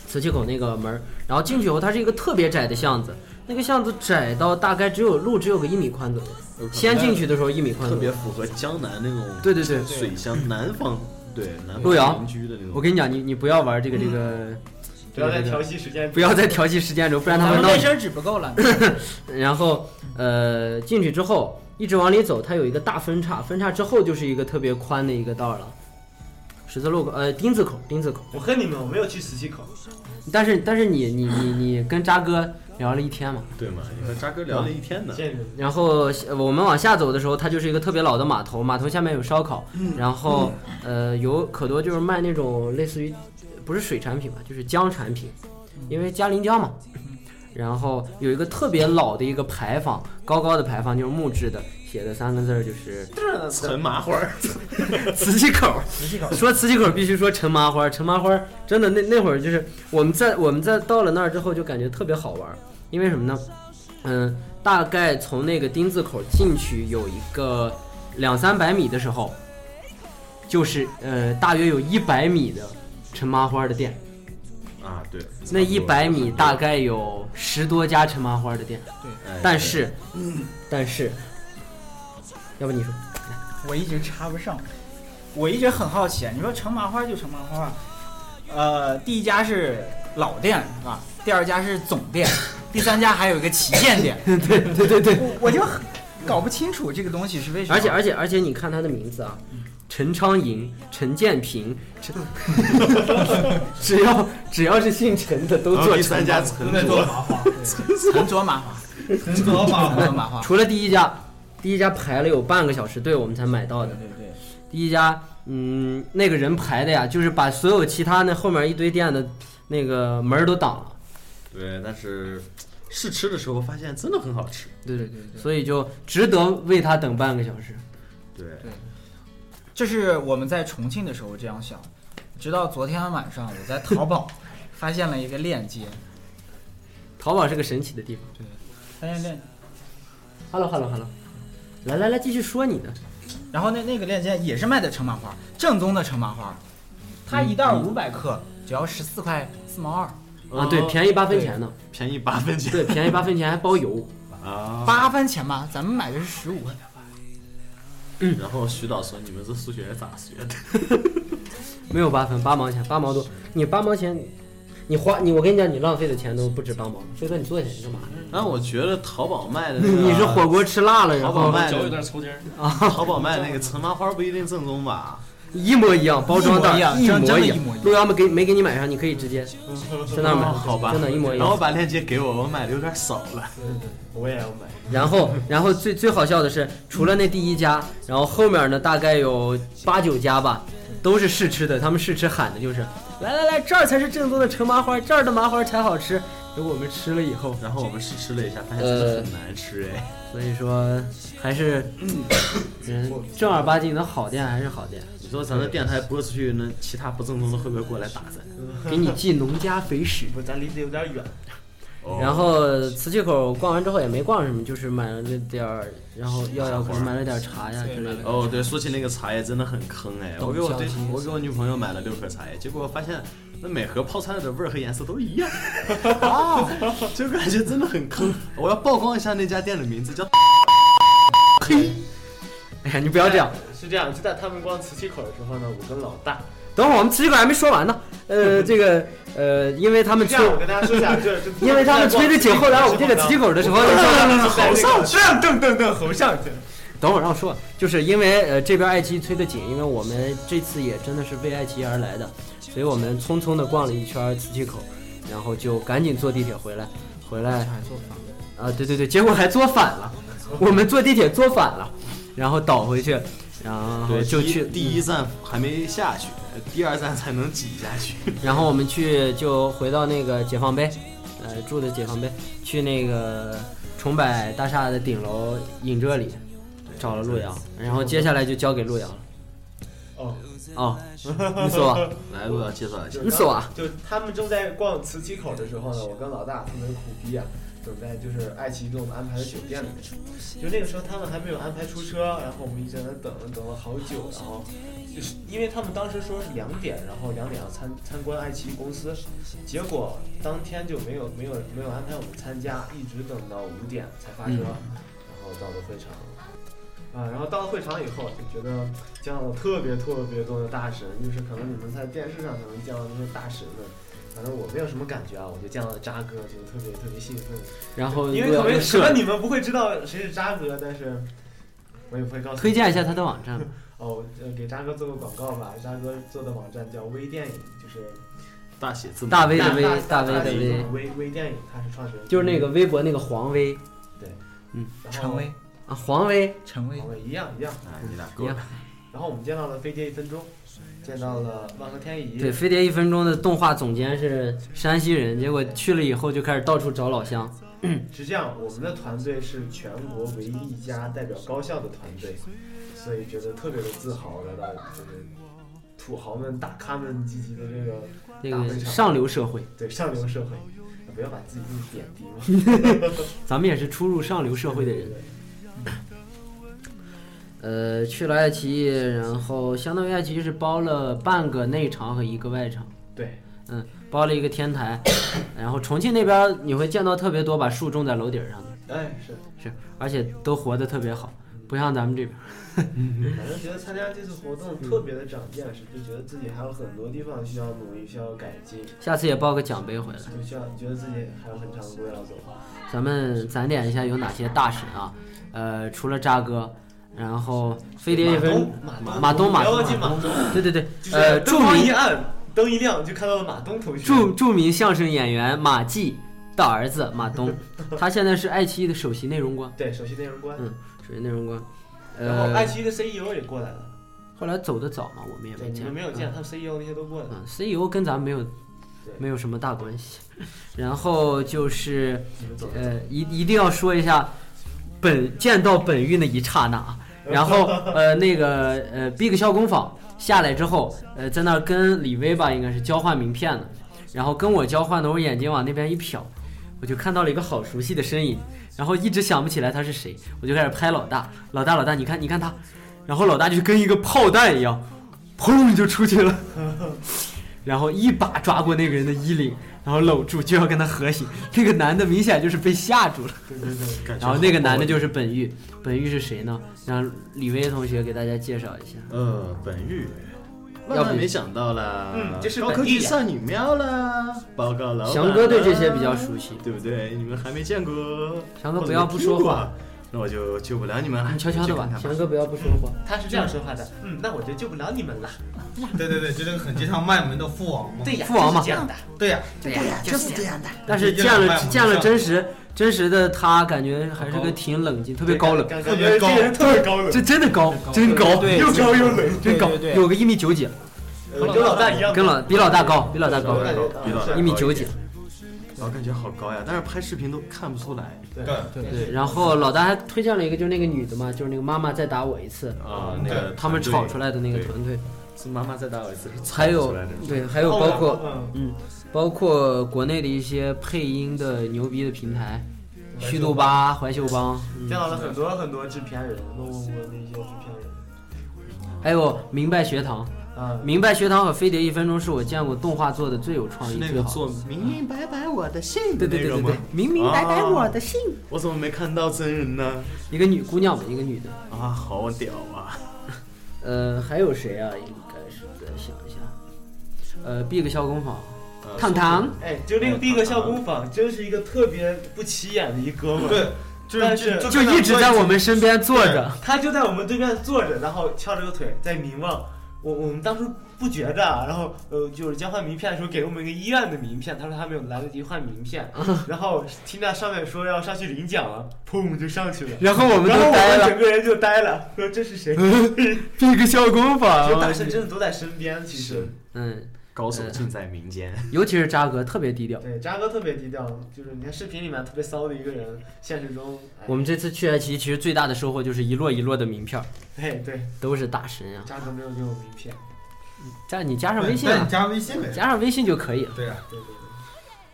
Speaker 2: 瓷器口那个门儿，然后进去以后，它是一个特别窄的巷子，那个巷子窄到大概只有路只有个一米宽左右。先进去的时候一米宽
Speaker 3: 特
Speaker 2: 左
Speaker 3: 别
Speaker 2: 右。
Speaker 3: 符合江南那种
Speaker 2: 对对对，
Speaker 3: 水乡南方，对南
Speaker 2: 路遥
Speaker 3: 方民居的那
Speaker 2: 我
Speaker 3: 种。
Speaker 2: 跟你讲，你你不要玩这个这个，
Speaker 4: 嗯
Speaker 5: 不要再调戏时间，
Speaker 2: 不要再调戏时间轴，不然他
Speaker 4: 咱
Speaker 2: 会
Speaker 4: 们
Speaker 2: 闹
Speaker 4: 卫
Speaker 2: 你。
Speaker 4: 生纸不够了，
Speaker 2: 然后呃进去之后一直往里走，它有一个大分叉，分叉之后就是一个特别宽的一个道儿了，十字路口呃丁字口丁字口。
Speaker 5: 我恨你们，我没有去十七口，
Speaker 2: 但是但是你你你你跟渣哥聊了一天嘛，
Speaker 3: 对嘛？你和扎哥聊了一天呢，
Speaker 5: 谢谢你们。
Speaker 2: 然后呃我们往下走的时候，它就是一个特别老的码头，码头下面有烧烤，然后呃有可多就是卖那种类似于不是水产品吧，就是姜产品，因为嘉陵江嘛。然后有一个特别老的一个牌坊，高高的牌坊就是木质的，写的三个字儿就是
Speaker 3: 陈麻花 儿，
Speaker 2: 瓷器口，瓷器口。说瓷器口必须说陈麻花，陈麻花真的那那会儿就是我们在我们在到了那儿之后就感觉特别好玩儿，因为什么呢？嗯，大概从那个丁字口进去有一个两三百米的时候，就是呃大约有一百米的陈麻花的店，
Speaker 3: 啊，对，
Speaker 2: 那一百米大概有十多家陈麻花的店，
Speaker 3: 哎，
Speaker 2: 但是，但是，要不你说，
Speaker 4: 我一直插不上。我一直很好奇，你说成麻花就成麻花，呃，第一家是老店是吧？第二家是总 店，第三家还有一个旗舰店。对对对对，我我就很搞不清楚这个东西是为什么。
Speaker 2: 而且而且而且，你看他的名字啊，陈昌银、陈建平，陈，只要只要是姓陈的都
Speaker 3: 然后
Speaker 2: 做
Speaker 3: 第
Speaker 2: 陈
Speaker 3: 三
Speaker 2: 家
Speaker 3: 家，陈
Speaker 6: 在做
Speaker 3: 佐，
Speaker 6: 麻花，陈
Speaker 4: 陈卓麻花，
Speaker 6: 泽麻
Speaker 4: 陈
Speaker 6: 花
Speaker 4: 卓，麻花，
Speaker 2: 除了第一家，第一家排了有半个小时队，我们才买到
Speaker 4: 对
Speaker 2: 的。
Speaker 4: 对对，
Speaker 2: 第一家，嗯，那个人排的呀，就是把所有其他那后面一堆店的那个门儿都挡了。
Speaker 3: 对，但是试吃的时候发现真的很好吃，
Speaker 2: 对对对所以就值得为他等半个小时。
Speaker 3: 对，
Speaker 4: 这是我们在重庆的时候这样想，直到昨天晚上我在淘宝发现了一个链接，
Speaker 2: 淘宝是个神奇的地方。
Speaker 4: 发现链，
Speaker 2: Hello Hello Hello，来来来，继续说你的。
Speaker 4: 然后那那个链接也是卖的陈麻花，正宗的陈麻花，它一
Speaker 1: 嗯
Speaker 4: 袋五百克只要十四块四毛二，
Speaker 2: 啊，对，便宜八分钱呢。
Speaker 3: 便宜八分钱
Speaker 2: 对，便宜八分钱还包邮。
Speaker 3: 啊。
Speaker 4: 八分钱吧，咱们买的是十五块。
Speaker 3: 然后徐导说：“你们这数学咋学 的
Speaker 2: 没有八分，八毛钱，八毛多。你八毛钱，你花你，我跟你讲，你浪费的钱都不止八毛。飞哥，你坐下，你干嘛？？”
Speaker 3: 但我觉得淘宝卖的那个，
Speaker 2: 你是火锅吃辣 了，然
Speaker 3: 淘宝
Speaker 2: 后
Speaker 3: 卖
Speaker 7: 脚有点抽筋儿，
Speaker 3: 淘宝卖那个陈麻花不一定正宗吧？
Speaker 2: 啊一模一样，包装袋
Speaker 4: 一模一样
Speaker 2: 一
Speaker 4: 真
Speaker 2: 模
Speaker 4: 真的
Speaker 2: 一
Speaker 4: 一模
Speaker 2: 样。
Speaker 4: 一样
Speaker 2: 路遥没给没给你买上，你可以直接在那儿买，
Speaker 3: 好吧，
Speaker 2: 真的，一模一
Speaker 3: 然后
Speaker 2: 样。
Speaker 3: 把链接给我，我买的有点少了。
Speaker 5: 我也要买，
Speaker 2: 然后，然后最最好笑的是，除了那第一家，然后后面呢大概有八九家吧，都是试吃的，他们试吃喊的就是，来来来，这儿才是正宗的陈麻花，这儿的麻花才好吃。结果我们吃了以后，
Speaker 3: 然后我们试吃了一下，发现
Speaker 2: 呃
Speaker 3: 真的很难吃哎。
Speaker 2: 所以说，还是人正儿八经的好店还是好店，
Speaker 3: 你说咱的电台播出去，那其他不正宗的会不会过来打咱？
Speaker 2: 给你寄农家肥食。
Speaker 5: 不，咱离得有点远。
Speaker 3: 哦
Speaker 2: 然后瓷器口逛完之后也没逛什么，就是买了那点儿，然后耀耀给我买了点茶呀之类的。
Speaker 3: 哦，对，说起那个茶叶真的很坑哎，
Speaker 2: 懂
Speaker 3: 我给我对
Speaker 2: 消极
Speaker 3: 我给我女朋友买了六盒茶叶，结果发现那每盒泡出来的味儿和颜色都一样，
Speaker 2: 啊
Speaker 3: 就感觉真的很坑。我要曝光一下那家店的名字叫，
Speaker 2: 哎呀，你不要这样，
Speaker 5: 是这样，就在他们逛瓷器口的时候呢，我跟老大，
Speaker 2: 等会儿我们瓷器口还没说完呢。呃，这个呃，因为他们
Speaker 5: 这
Speaker 2: 催，
Speaker 5: 样我跟大家说一下，就是
Speaker 2: 因为他们催着紧，后来我们这个瓷器口的时候，有时候
Speaker 5: 吼上去，噔噔噔吼上去。
Speaker 2: 等会儿让我说，就是因为呃这边爱奇艺催得紧，因为我们这次也真的是为爱奇艺而来的，所以我们匆匆的逛了一圈瓷器口，然然后就赶紧坐地铁回来，回来
Speaker 4: 还做饭。
Speaker 2: 啊，对对对，结果还坐反了，我们坐地铁坐反了，然后倒回去，然后
Speaker 3: 对，
Speaker 2: 就
Speaker 3: 第一
Speaker 2: 去
Speaker 3: 第一站还没下去，第二站才能挤下去。
Speaker 2: 然后我们去就回到那个解放碑，呃，住的解放碑，去那个崇柏大厦的顶楼影这里找了陆遥，然后接下来就交给陆遥了。
Speaker 5: 哦
Speaker 2: 哦， 你说吧，
Speaker 3: 来，陆遥介绍一下
Speaker 2: 你说啊，
Speaker 5: 就他们正在逛磁器口的时候呢，我跟老大他们苦逼啊，准备就是爱奇艺给我们安排的酒店里面。就那个时候他们还没有安排出车，然后我们一直在那等了等了好久，然后就是因为他们当时说是两点，然后两点要参参观爱奇艺公司，结果当天就没有没有没有安排我们参加，一直等到五点才发车，然后到了会场。啊，然后到了会场以后，就觉得见到了特别特别多的大神，就是可能你们在电视上才能见到那些大神们，反正我没有什么感觉啊，我就见到了渣哥，就特别特别兴奋，
Speaker 2: 然后
Speaker 5: 因
Speaker 2: 陆
Speaker 5: 为
Speaker 2: 遥就
Speaker 5: 可能可
Speaker 2: 射
Speaker 5: 能
Speaker 2: 了，
Speaker 5: 你们不会知道谁是渣哥，但是我也不会告诉你
Speaker 2: 推荐一下 他的网站吧。
Speaker 5: 哦，呃给渣哥做个广告吧，渣哥做的网站叫微电影，就是
Speaker 3: 大写字母，
Speaker 2: 大 V 的 V，大
Speaker 5: 大
Speaker 2: V 的 V，
Speaker 5: 微微电影，他是创始人，
Speaker 2: 就是那个微博那个黄威
Speaker 5: 然后
Speaker 4: 陈威，
Speaker 2: 啊，黄威
Speaker 4: 陈威
Speaker 5: 我，们一样一样，
Speaker 3: 哎，你俩
Speaker 2: 一
Speaker 3: 够
Speaker 2: 样
Speaker 3: 了。。
Speaker 5: 然后我们见到了飞碟一分钟，见到了万和天宜，
Speaker 2: 对，《飞碟一分钟》的动画总监是山西人，结果去了以后就开始到处找老乡。
Speaker 5: 是这样，我们的团队是全国唯一一家代表高校的团队，所以觉得特别的自豪，来到就是土豪们、大咖们积极的这个
Speaker 2: 那个上流社会，
Speaker 5: 对上流社会，不要把自己弄得贬低嘛。
Speaker 2: 咱们也是出入上流社会的人。呃，去了爱奇艺，然后相当于爱奇艺是包了半个内场和一个外场，
Speaker 5: 对，
Speaker 2: 嗯，包了一个天台。然后重庆那边你会见到特别多把树种在楼顶上的，
Speaker 5: 哎是，
Speaker 2: 是，而且都活得特别好，不像咱们这边。
Speaker 5: 反正觉得参加这次活动特别的长见识，就觉得自己还有很多地方需要努力、需要改进，
Speaker 2: 下次也报个奖杯回来。
Speaker 5: 就需要觉得自己还有很长的路要走。啊
Speaker 2: 咱们攒点一下有哪些大神啊？呃，除了渣哥，然后飞碟一分
Speaker 5: 马
Speaker 2: 马
Speaker 5: 东，
Speaker 2: 东马
Speaker 5: 不要
Speaker 2: 东
Speaker 5: 忘，记马东，
Speaker 2: 对对对
Speaker 5: 就，
Speaker 2: 呃，
Speaker 5: 是
Speaker 2: 著
Speaker 5: 灯光一
Speaker 2: 名
Speaker 5: 暗，灯一亮就看到了马东同学。
Speaker 2: 著著名相声演员马季的儿子马 东，他现在是爱奇艺的首席内容官，
Speaker 5: 对，首席内容官。
Speaker 2: 嗯首席内容官。
Speaker 5: 然后爱
Speaker 2: 呃，
Speaker 5: 奇艺的 CEO 也过来了，
Speaker 2: 后来走的早嘛，我们也
Speaker 5: 对，
Speaker 2: 没
Speaker 5: 你
Speaker 2: 见，
Speaker 5: 们没有见，他们 CEO 那些都过来
Speaker 2: 嗯。嗯
Speaker 5: 了。
Speaker 2: ，CEO 跟咱们没有没有什么大关系。然后就是
Speaker 5: 你们走着走
Speaker 2: 呃，一一定要说一下本见到本运的一刹那啊。然后呃，那个呃，Big 校工坊下来之后，呃，在那儿跟李威吧，应该是交换名片了，然后跟我交换的，我眼睛往那边一瞟，我就看到了一个好熟悉的身影，然后一直想不起来他是谁，我就开始拍老大，老大老大，你看你看他，然后老大就跟一个炮弹一样，砰就出去了， 然后一把抓过那个人的衣领，然后搂住就要跟他和谐， 那个男的明显就是被吓住了。
Speaker 5: 对对对，
Speaker 3: 感觉
Speaker 2: 然后那个男的
Speaker 3: 好
Speaker 2: 就是本玉，本玉是谁呢？让李威同学给大家介绍一下。
Speaker 3: 呃，本玉，
Speaker 2: 要
Speaker 3: 万
Speaker 2: 不
Speaker 3: 万没想到啦，
Speaker 5: 嗯这是
Speaker 3: 高
Speaker 5: 本
Speaker 3: 科
Speaker 5: 地
Speaker 3: 技
Speaker 5: 呀
Speaker 3: 少女喵啦，报告老板啦啊
Speaker 2: 翔哥对这些比较熟悉，
Speaker 3: 对不对？你们还没见过，
Speaker 2: 翔哥
Speaker 3: 或
Speaker 2: 不
Speaker 3: 者
Speaker 2: 要
Speaker 3: 没
Speaker 2: 不
Speaker 3: 听
Speaker 2: 说
Speaker 3: 过
Speaker 2: 话，
Speaker 3: 那我就救不了你们了，
Speaker 2: 你悄悄
Speaker 3: 你
Speaker 2: 的
Speaker 3: 去
Speaker 2: 吧
Speaker 3: 看，看
Speaker 2: 翔哥不要不说话。
Speaker 5: 他是这样说话的。嗯，那我就救不了你们了。
Speaker 6: 对对对，就那个很经常卖萌的父王嘛。
Speaker 5: 对呀，
Speaker 2: 嗯父王嘛
Speaker 5: 就是这样的。
Speaker 6: 对呀，
Speaker 1: 对呀，就是这样的。
Speaker 2: 但是
Speaker 6: 一
Speaker 2: 见
Speaker 6: 两百
Speaker 2: 了
Speaker 6: 我们
Speaker 2: 见了
Speaker 6: 上
Speaker 2: 真实真实的他，感觉还是个挺冷 静，特别高冷，
Speaker 5: 感
Speaker 6: 特别高
Speaker 5: 感觉这个人特别高冷，
Speaker 2: 这真的高，真
Speaker 4: 对
Speaker 2: 高，
Speaker 4: 对
Speaker 5: 又高又冷，
Speaker 2: 真高
Speaker 4: 对对，对
Speaker 2: 有个一米九几，
Speaker 5: 呃跟老大一样。
Speaker 2: 跟老比老大高，比老大
Speaker 5: 对
Speaker 2: 高
Speaker 5: 对，嗯对
Speaker 3: 比老大
Speaker 2: 一米
Speaker 3: 高
Speaker 2: 九
Speaker 3: 一
Speaker 2: 几
Speaker 3: 点。我哦感觉好高呀，但是拍视频都看不出来
Speaker 6: 对
Speaker 2: 对，然后老大还推荐了一个，就是那个女的嘛，就是那个妈妈再打我一次，
Speaker 3: 啊。那个
Speaker 2: 他们
Speaker 3: 团队
Speaker 2: 吵出来的那个团队，
Speaker 3: 是妈妈再打我一次，是
Speaker 2: 还
Speaker 3: 吵
Speaker 2: 有
Speaker 3: 出来的那种
Speaker 2: 对，还有包括
Speaker 5: 嗯
Speaker 2: 嗯，包括国内的一些配音的牛逼的平台，虚度吧、怀秀嗯帮，
Speaker 5: 见到了很多很多制片人，我我那些制片人
Speaker 2: 还有明白学堂。
Speaker 5: 啊，
Speaker 2: 明白学堂和飞碟一分钟是我见过动画做的最有嗯创
Speaker 3: 是
Speaker 2: 意、
Speaker 3: 那
Speaker 2: 最
Speaker 3: 个
Speaker 2: 好
Speaker 3: 做
Speaker 2: 的。
Speaker 3: 明明白白我的信
Speaker 2: 对
Speaker 3: 的
Speaker 2: 对
Speaker 3: 那
Speaker 2: 对
Speaker 3: 个
Speaker 2: 对
Speaker 3: 吗
Speaker 2: 对？，明明白白
Speaker 3: 啊
Speaker 2: 我的姓。
Speaker 3: 我怎么没看到真人呢？
Speaker 2: 一个女姑娘嘛，一个女的。
Speaker 3: 啊，好屌啊！
Speaker 2: 呃，还有谁啊？应该是再想一下。呃，Big 校工坊，
Speaker 3: 呃
Speaker 2: 糖糖，
Speaker 5: 哎，就那个第一个校工坊，真是一个特别不起眼的一哥们儿。
Speaker 6: 对，
Speaker 5: 但
Speaker 6: 就是
Speaker 2: 就一直在我们身边坐着。
Speaker 5: 他就在我们对面坐着，然后翘着个腿在凝望。我我们当初不觉得啊。然后呃，就是交换名片的时候给我们一个医院的名片，他说他没有来得及换 名片，然后听到上面说要上去领奖了，砰就上去了。
Speaker 2: 然后我们
Speaker 5: 然后
Speaker 2: 就
Speaker 5: 我
Speaker 2: 呆
Speaker 5: 们
Speaker 2: 了，嗯
Speaker 5: 整个人就呆了，说这是谁？
Speaker 2: 这个小功
Speaker 5: 其
Speaker 2: 法
Speaker 5: 实大神真的都在身边，其实
Speaker 2: 嗯，
Speaker 3: 高手尽在民 间。
Speaker 2: 尤其是扎哥特别低调。
Speaker 5: 对渣哥特别低调，就是你看视频里面特别骚的一个人，现实中哎
Speaker 2: 我们这次去爱奇艺，其实最大的收获就是一摞一摞的名片儿，
Speaker 5: 对对，
Speaker 2: 都是大神啊！
Speaker 5: 渣哥没有给我名片，
Speaker 2: 加你加上微信
Speaker 6: 那
Speaker 2: 啊
Speaker 6: 你，加微信呗。
Speaker 2: 加上微信就可以了。
Speaker 6: 对呀、
Speaker 5: 对对
Speaker 2: 嗯
Speaker 5: 对，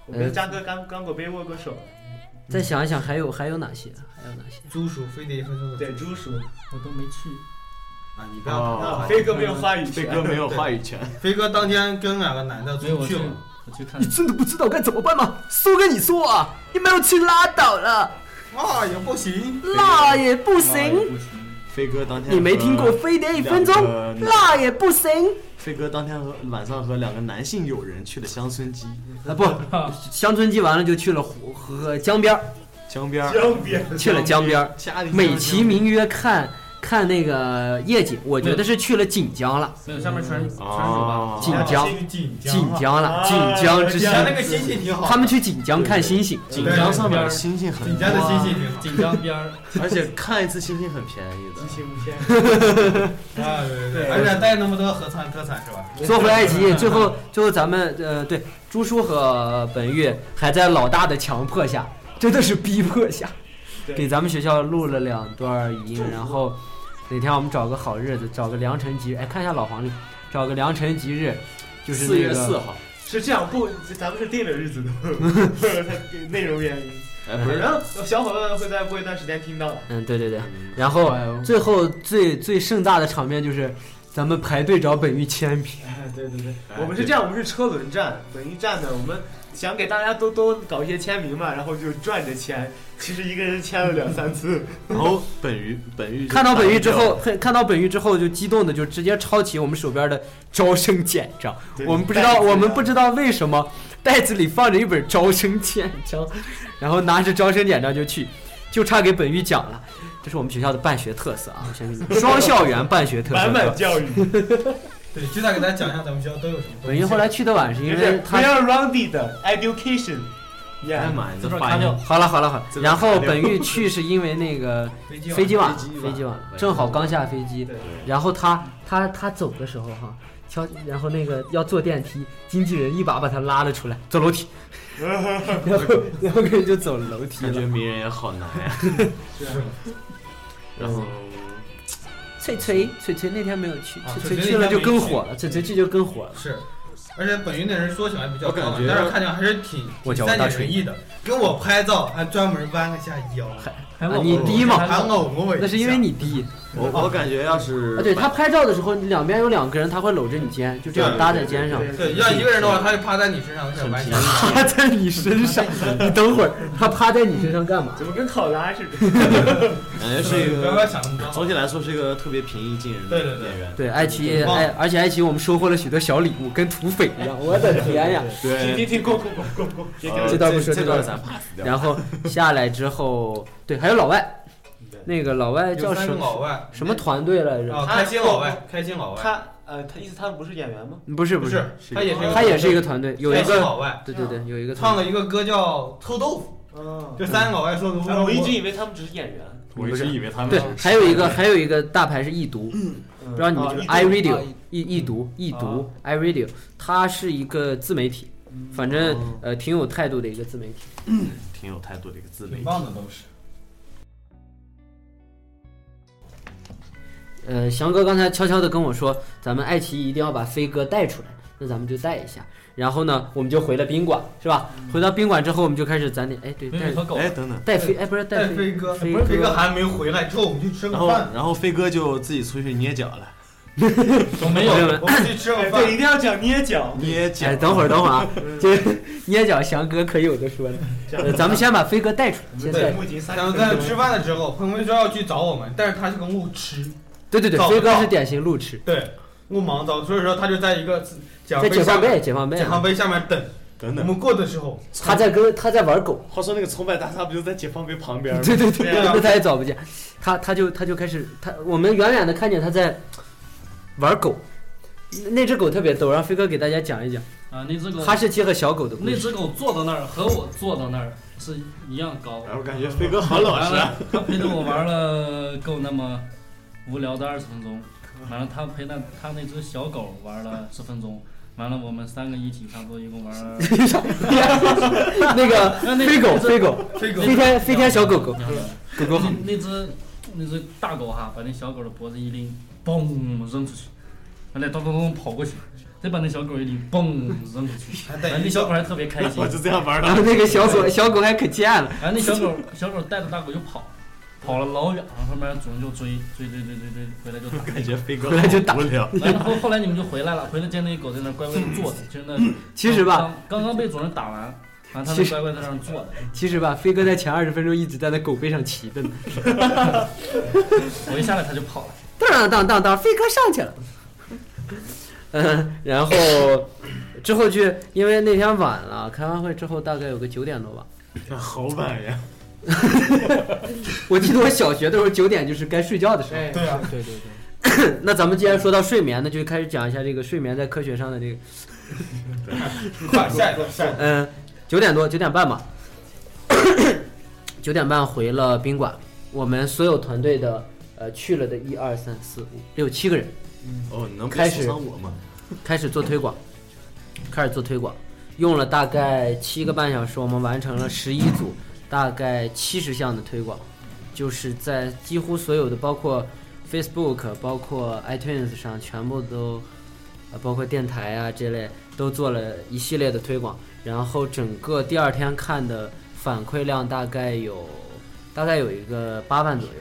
Speaker 5: 我跟渣哥干干过杯握过手，
Speaker 2: 再想一想，还有还有哪些？还有哪些？
Speaker 6: 猪叔非得分手
Speaker 5: 对猪叔，
Speaker 7: 我都没去。
Speaker 6: 啊！你不要看
Speaker 5: 那
Speaker 6: 他
Speaker 5: 飞哥没有话语
Speaker 3: 飞
Speaker 5: 权，
Speaker 3: 哥没有话语权，
Speaker 6: 飞哥当天跟哪个男的
Speaker 7: 没有
Speaker 6: 出
Speaker 7: 我
Speaker 6: 去
Speaker 7: 去
Speaker 6: 了？，
Speaker 7: 我去看
Speaker 2: 你。真的不知道该怎么办吗？苏跟你说啊，你没有去拉倒了，
Speaker 6: 啊，也不行。
Speaker 2: 那也不行。
Speaker 7: 不行，
Speaker 3: 飞哥当天
Speaker 2: 你没听过
Speaker 3: 和
Speaker 2: 非得一分钟
Speaker 3: 两个，男
Speaker 2: 那也不行。
Speaker 3: 飞哥当天和晚上和两个男性友人去了乡村鸡
Speaker 2: 啊不，乡村鸡完了就去了湖和江边儿，
Speaker 3: 江边儿，
Speaker 5: 江边
Speaker 2: 去了江边儿，
Speaker 3: 家里
Speaker 2: 美其名曰看看那个夜景，我觉得是去了锦江了，
Speaker 7: 没有下面全全是酒吧。
Speaker 3: 啊，
Speaker 2: 锦江，
Speaker 6: 锦
Speaker 2: 锦江了，
Speaker 5: 啊
Speaker 2: 锦江之
Speaker 6: 锦江那
Speaker 2: 星。
Speaker 6: 个星星挺好。
Speaker 2: 他们去锦江看星星，
Speaker 3: 锦江上面
Speaker 7: 对
Speaker 3: 星星很
Speaker 6: 锦江的
Speaker 3: 多啊
Speaker 6: 星星挺好。
Speaker 7: 锦江边儿，
Speaker 3: 而且看一次星星很便宜的
Speaker 5: 激。情无限，
Speaker 6: 啊，对对对，
Speaker 5: 对
Speaker 6: 而且带那么多合唱特产是吧？
Speaker 2: 说回爱奇艺，最后最后咱们呃对朱叔和本玉还在老大的强迫下，真的是逼迫下，
Speaker 5: 对
Speaker 2: 给咱们学校录了两段语音，然后哪天我们找个好日子，找个良辰吉日，哎，看一下老黄历，找个良辰吉日，就是
Speaker 3: 四
Speaker 2: 那
Speaker 3: 月
Speaker 2: 个
Speaker 3: 四号，
Speaker 5: 是这样不？咱们是定了日子的，他内容原因。
Speaker 3: 哎不是，
Speaker 5: 然后小伙伴们会在过一段时间听到的。
Speaker 2: 嗯，对对对，然后最后最最盛大的场面就是咱们排队找本玉签名，
Speaker 5: 哎， 对对对，
Speaker 3: 哎
Speaker 5: 我们是这样，我们是车轮战，本一站呢，我们想给大家都都搞一些签名嘛，然后就转着签，其实一个人签了两三次，
Speaker 3: 然后本鱼本鱼就
Speaker 2: 看到本玉之
Speaker 3: 打
Speaker 2: 后，看看到本玉之后就激动的就直接抄起我们手边的招生简章。
Speaker 5: 对
Speaker 2: 我们不知道，
Speaker 5: 带着
Speaker 2: 我们不知道为什么袋子里放着一本招生简章，然后拿着招生简章就去，就差给本玉讲了。这是我们学校的办学特色 啊！我先跟你说，双校园办学特
Speaker 5: 满满
Speaker 2: 色。啊
Speaker 5: 教育，
Speaker 6: 对，就再给大家讲一下咱们学校都有什么东西。
Speaker 2: 本玉后来去的晚，是因
Speaker 5: 就
Speaker 2: 为
Speaker 5: 是
Speaker 2: 他
Speaker 5: well rounded education。
Speaker 3: 掉哎
Speaker 5: Yeah，
Speaker 3: 妈，你
Speaker 7: 这
Speaker 3: 这
Speaker 7: 段
Speaker 3: 发
Speaker 7: 咔掉
Speaker 3: 音，。
Speaker 2: 好了好了好了
Speaker 3: 这，个
Speaker 2: 然后
Speaker 3: 太溜
Speaker 2: 本玉去是因为那个
Speaker 6: 飞机
Speaker 2: 飞机晚了，
Speaker 3: 飞机晚
Speaker 2: 飞机晚
Speaker 3: 了
Speaker 2: 了，正好刚下飞机
Speaker 5: 对，
Speaker 2: 然后他他他走的时候哈。敲，然后那个要坐电梯，经纪人一把把他拉了出来，走楼梯，然后然后个人就走楼梯
Speaker 3: 感
Speaker 2: 了
Speaker 3: 觉。名人也好难 呀。
Speaker 5: 是啊
Speaker 3: 然后
Speaker 2: 嗯翠翠，翠翠那天没有去，
Speaker 6: 啊
Speaker 2: 翠翠
Speaker 6: 翠翠
Speaker 2: 去了就
Speaker 6: 那天没
Speaker 2: 更
Speaker 6: 去
Speaker 2: 火了，翠翠去就更火了。
Speaker 6: 是，而且本云那人说起来比较
Speaker 3: 我感
Speaker 6: 高冷，
Speaker 3: 觉
Speaker 6: 但是看起来还是挺
Speaker 2: 我
Speaker 6: 挺
Speaker 2: 叫王
Speaker 6: 三
Speaker 2: 大
Speaker 6: 点
Speaker 2: 锤
Speaker 6: 仁义的。给我拍照还专门弯了下腰，
Speaker 7: 还
Speaker 2: 啊你低嘛
Speaker 6: 还偶我一下。
Speaker 2: 那是因为你低
Speaker 3: 我我感觉要是
Speaker 2: 啊，对他拍照的时候，你两边有两个人，他会搂着你肩，就这样
Speaker 3: 对
Speaker 2: 搭在肩上，
Speaker 6: 对要一个人的话，他就趴在你身上，他就弯下腰。
Speaker 2: 趴在你身上。你等会儿，他趴在你身上干嘛？
Speaker 5: 怎么跟考拉似的？
Speaker 3: 感觉是一
Speaker 6: 不要
Speaker 3: 个
Speaker 6: 想那么多。
Speaker 3: 总体来说是一个特别平易近人的
Speaker 6: 对对对
Speaker 3: 演员。
Speaker 2: 对，爱奇艺，
Speaker 6: 挺棒
Speaker 2: 哎，而且爱奇艺我们收获了许多小礼物，跟土匪一样， 我的天呀！
Speaker 5: 停
Speaker 3: 对
Speaker 5: 停停，过过过过过，别
Speaker 3: 呃
Speaker 5: 跟
Speaker 2: 这段不说
Speaker 3: 这
Speaker 2: 这段
Speaker 3: 段咱 pass 掉。
Speaker 2: 然后下来之后，对，还有老外，那个老外叫
Speaker 6: 有三
Speaker 2: 什
Speaker 6: 个老
Speaker 2: 么
Speaker 6: 外
Speaker 2: 什么团队来着？
Speaker 6: 啊？开心老外，开心老外，
Speaker 5: 他呃，他意思他们不是演员吗？
Speaker 2: 不是
Speaker 6: 不
Speaker 2: 不
Speaker 6: 是，他也是
Speaker 2: 他也是一
Speaker 6: 个
Speaker 2: 个团队，有一
Speaker 6: 开心
Speaker 2: 个，
Speaker 6: 老外
Speaker 2: 对对对，有一个团
Speaker 6: 唱
Speaker 2: 队。
Speaker 6: 了一个歌叫《臭豆腐
Speaker 5: 嗯》，，
Speaker 6: 就三个老外说的。
Speaker 5: 哎我一直以为他们只是演员。
Speaker 3: 我一直以为他们
Speaker 2: 对
Speaker 3: 是，
Speaker 2: 还有一个还有一个大牌是易读，
Speaker 6: 嗯
Speaker 5: 不
Speaker 2: 不知道你
Speaker 6: 啊
Speaker 5: 啊
Speaker 2: 们知道 i radio 易易读易读 i radio，它是一个自媒体，反正
Speaker 6: 哦
Speaker 5: 嗯
Speaker 2: 呃挺有态度的一个自媒体。
Speaker 3: 挺有态度的一个自媒
Speaker 6: 挺
Speaker 3: 体。
Speaker 6: 棒的都是。
Speaker 2: 呃，翔哥刚才悄悄的跟我说，咱们爱奇艺一定要把飞哥带出来，那咱们就带一下。然后呢，我们就回了宾馆，是吧？回到宾馆之后，我们就开始攒点，哎，对，
Speaker 7: 美
Speaker 2: 带
Speaker 7: 女和狗。
Speaker 3: 哎，等等，
Speaker 2: 带飞，哎，不是带
Speaker 6: 但
Speaker 2: 飞，
Speaker 6: 飞哥，
Speaker 2: 飞
Speaker 6: 不是飞
Speaker 2: 哥
Speaker 6: 哥还没回来，之后我们去吃个
Speaker 3: 然后
Speaker 6: 饭，
Speaker 3: 然后飞哥就自己出去捏脚了，
Speaker 7: 没
Speaker 2: 朋友
Speaker 7: 有，
Speaker 2: 们
Speaker 6: 我们去吃
Speaker 5: 哎
Speaker 6: 个
Speaker 5: 对，
Speaker 6: 饭。
Speaker 5: 一定要讲捏脚。
Speaker 3: 捏脚。
Speaker 2: 哎，等会儿，等会 儿啊，这捏脚翔哥可有的说了。呃，咱们先把飞哥带出来，先带
Speaker 5: 对，
Speaker 2: 出来。
Speaker 5: 目前三
Speaker 6: 然后在吃饭了之后，鹏鹏说要去找我们，但是他是个路痴，
Speaker 2: 对对对
Speaker 6: 走，
Speaker 2: 飞哥
Speaker 6: 走
Speaker 2: 是典型路痴，
Speaker 6: 对，路盲招，所以说他就在一个解
Speaker 2: 在解
Speaker 6: 下
Speaker 2: 放
Speaker 6: 面，
Speaker 2: 碑，解放碑
Speaker 6: 解
Speaker 2: 啊，
Speaker 6: 放碑下面等。
Speaker 7: 嗯
Speaker 3: 等
Speaker 6: 我
Speaker 3: 等，
Speaker 6: 们过的时候，
Speaker 2: 他在跟他在玩狗。
Speaker 3: 话说那个崇拜大厦不就在解放碑旁边吗？
Speaker 2: 对对对，
Speaker 6: 对 啊
Speaker 2: 那他也找不见，他他就他就开始他，我们远远的看见他在玩狗，那那只狗特别逗，让飞哥给大家讲一讲。
Speaker 7: 啊，那只狗，
Speaker 2: 哈士奇和小狗的故
Speaker 7: 那
Speaker 2: 事。
Speaker 7: 只狗坐到那儿和我坐到那儿是一样高。
Speaker 3: 哎，我感觉飞哥很老实啊。
Speaker 7: 完了，他陪着我玩了够那么无聊的二十分钟，完了他陪那他那只小狗玩了十分钟，完了我们三个一起差不多一共玩 了
Speaker 2: 那个
Speaker 7: 那那
Speaker 2: 飞狗，飞狗，
Speaker 7: 飞
Speaker 2: 飞天飞天小狗狗，狗狗好。
Speaker 7: 那那只那只大狗哈，把那小狗的脖子一拎，嘣扔出去，完了咚咚咚跑过去，再把那小狗一拎，嘣扔出去，
Speaker 6: 还
Speaker 7: 完
Speaker 6: 带
Speaker 7: 了
Speaker 6: 一
Speaker 7: 那
Speaker 6: 小
Speaker 7: 小狗还特别开心
Speaker 3: 我，就这样玩
Speaker 2: 然
Speaker 3: 的。
Speaker 2: 后那个小狗小狗还可贱了，
Speaker 7: 然后那小狗小狗带着大狗就跑，跑了老远，后面主人就追追追追追追，回来就打。
Speaker 3: 感觉飞哥
Speaker 2: 回来就打
Speaker 3: 好无聊。
Speaker 7: 完了后后来你们就回来了，回来见那狗在那儿乖乖地坐着，就是
Speaker 2: 嗯
Speaker 7: 那
Speaker 2: 其实吧，，
Speaker 7: 刚刚刚被主人打完，完它
Speaker 2: 其
Speaker 7: 就
Speaker 2: 实
Speaker 7: 乖乖在那儿坐着。
Speaker 2: 其实吧，飞哥在前二十分钟一直在那狗背上骑着呢。
Speaker 7: 我一下来它就跑了。
Speaker 2: 当当当当，飞哥上去了。 嗯，然后之后去，因为那天晚了，开完会之后大概有个九点多吧。
Speaker 3: 好晚 呀！
Speaker 2: 我记得我小学的时候九点就是该睡觉的时候。
Speaker 6: 对啊，
Speaker 4: 对对对，
Speaker 2: 那咱们既然说到睡眠，那就开始讲一下这个睡眠在科学上的这个，
Speaker 6: 快晒着晒着，
Speaker 2: 嗯，九点多九点半吧， 九点半回了宾馆，我们所有团队的呃去了的一二三四五六七个人。
Speaker 3: 哦，你能不
Speaker 2: 开始
Speaker 3: 受伤我 吗？
Speaker 2: 开始做推广，开始做推广，用了大概七个半小时，我们完成了十一组，大概七十项的推广，就是在几乎所有的，包括 Facebook、包括 iTunes 上，全部都，呃，包括电台啊这类，都做了一系列的推广。然后整个第二天看的反馈量大概有，大概有一个八万左右，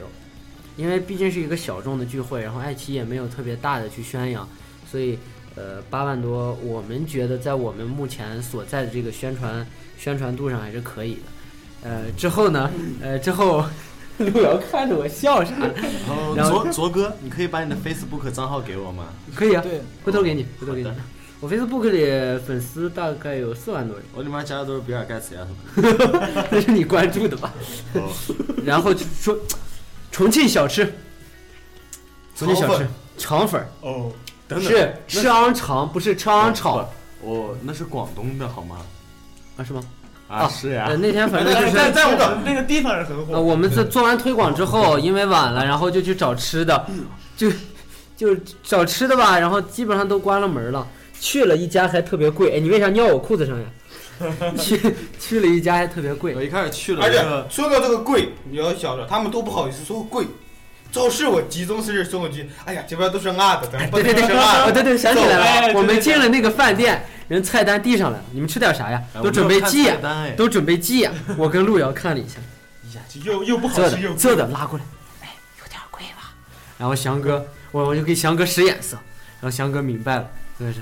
Speaker 2: 因为毕竟是一个小众的聚会，然后爱奇艺也没有特别大的去宣扬，所以呃，八万多，我们觉得在我们目前所在的这个宣传宣传度上还是可以的。呃，之后呢，呃，之 后路遥看着我笑啥？
Speaker 3: 然后
Speaker 2: 然后
Speaker 3: 哦卓卓哥，你可以把你的 Facebook 账号给我吗？
Speaker 2: 可以啊，
Speaker 4: 对，
Speaker 2: 回头给你，回头给你
Speaker 3: 好的。
Speaker 2: 我 Facebook 里粉丝大概有四万多人，
Speaker 3: 我里面加的都是比尔盖茨呀什么
Speaker 2: 那是你关注的吧？
Speaker 3: 的。哦，
Speaker 2: 然后就说重庆小吃，重庆小
Speaker 3: 肠
Speaker 2: 吃肠粉儿
Speaker 5: 哦，
Speaker 3: 哦等等，
Speaker 2: 是吃昂肠，不哦是吃昂炒
Speaker 3: 不。我那是广东的好吗？
Speaker 2: 啊？是吗？
Speaker 3: 啊，
Speaker 2: 啊
Speaker 3: 是呀
Speaker 2: 呃，。 那天反正就是
Speaker 5: 在在我们那个地方是很
Speaker 2: 呃，
Speaker 5: 火，
Speaker 2: 我们在做完推广之后，因为晚了，然后就去找吃的，就就找吃的吧，然后基本上都关了门了。去了一家还特别贵，哎，你为啥尿我裤子上呀？去去了一家还特别贵
Speaker 3: 我，一开始去了
Speaker 6: 嗯而
Speaker 3: 一个
Speaker 6: 且说到这个贵，你要晓得，他们都不好意思说贵。超市我集中是送过去，哎呀，这边都是辣的，咱们不
Speaker 2: 对
Speaker 6: 能
Speaker 2: 对对，
Speaker 6: 吃
Speaker 2: 啊
Speaker 6: 辣的。
Speaker 2: 对对，想起来
Speaker 6: 哎
Speaker 2: 了，我们进了那个饭店，人菜单递上来了，你们吃点啥呀？
Speaker 3: 哎我
Speaker 2: 都准
Speaker 3: 没有
Speaker 2: 备
Speaker 3: 看
Speaker 2: 鸡呀
Speaker 3: 菜，单哎
Speaker 2: 都准备鸡呀。我跟路遥看了一下，
Speaker 6: 哎
Speaker 5: 又又不好
Speaker 2: 这
Speaker 5: 吃又
Speaker 2: 的这的拉过来，哎，有点贵吧？然后翔哥，我我就给翔哥使眼色，然后翔哥明白了，就是，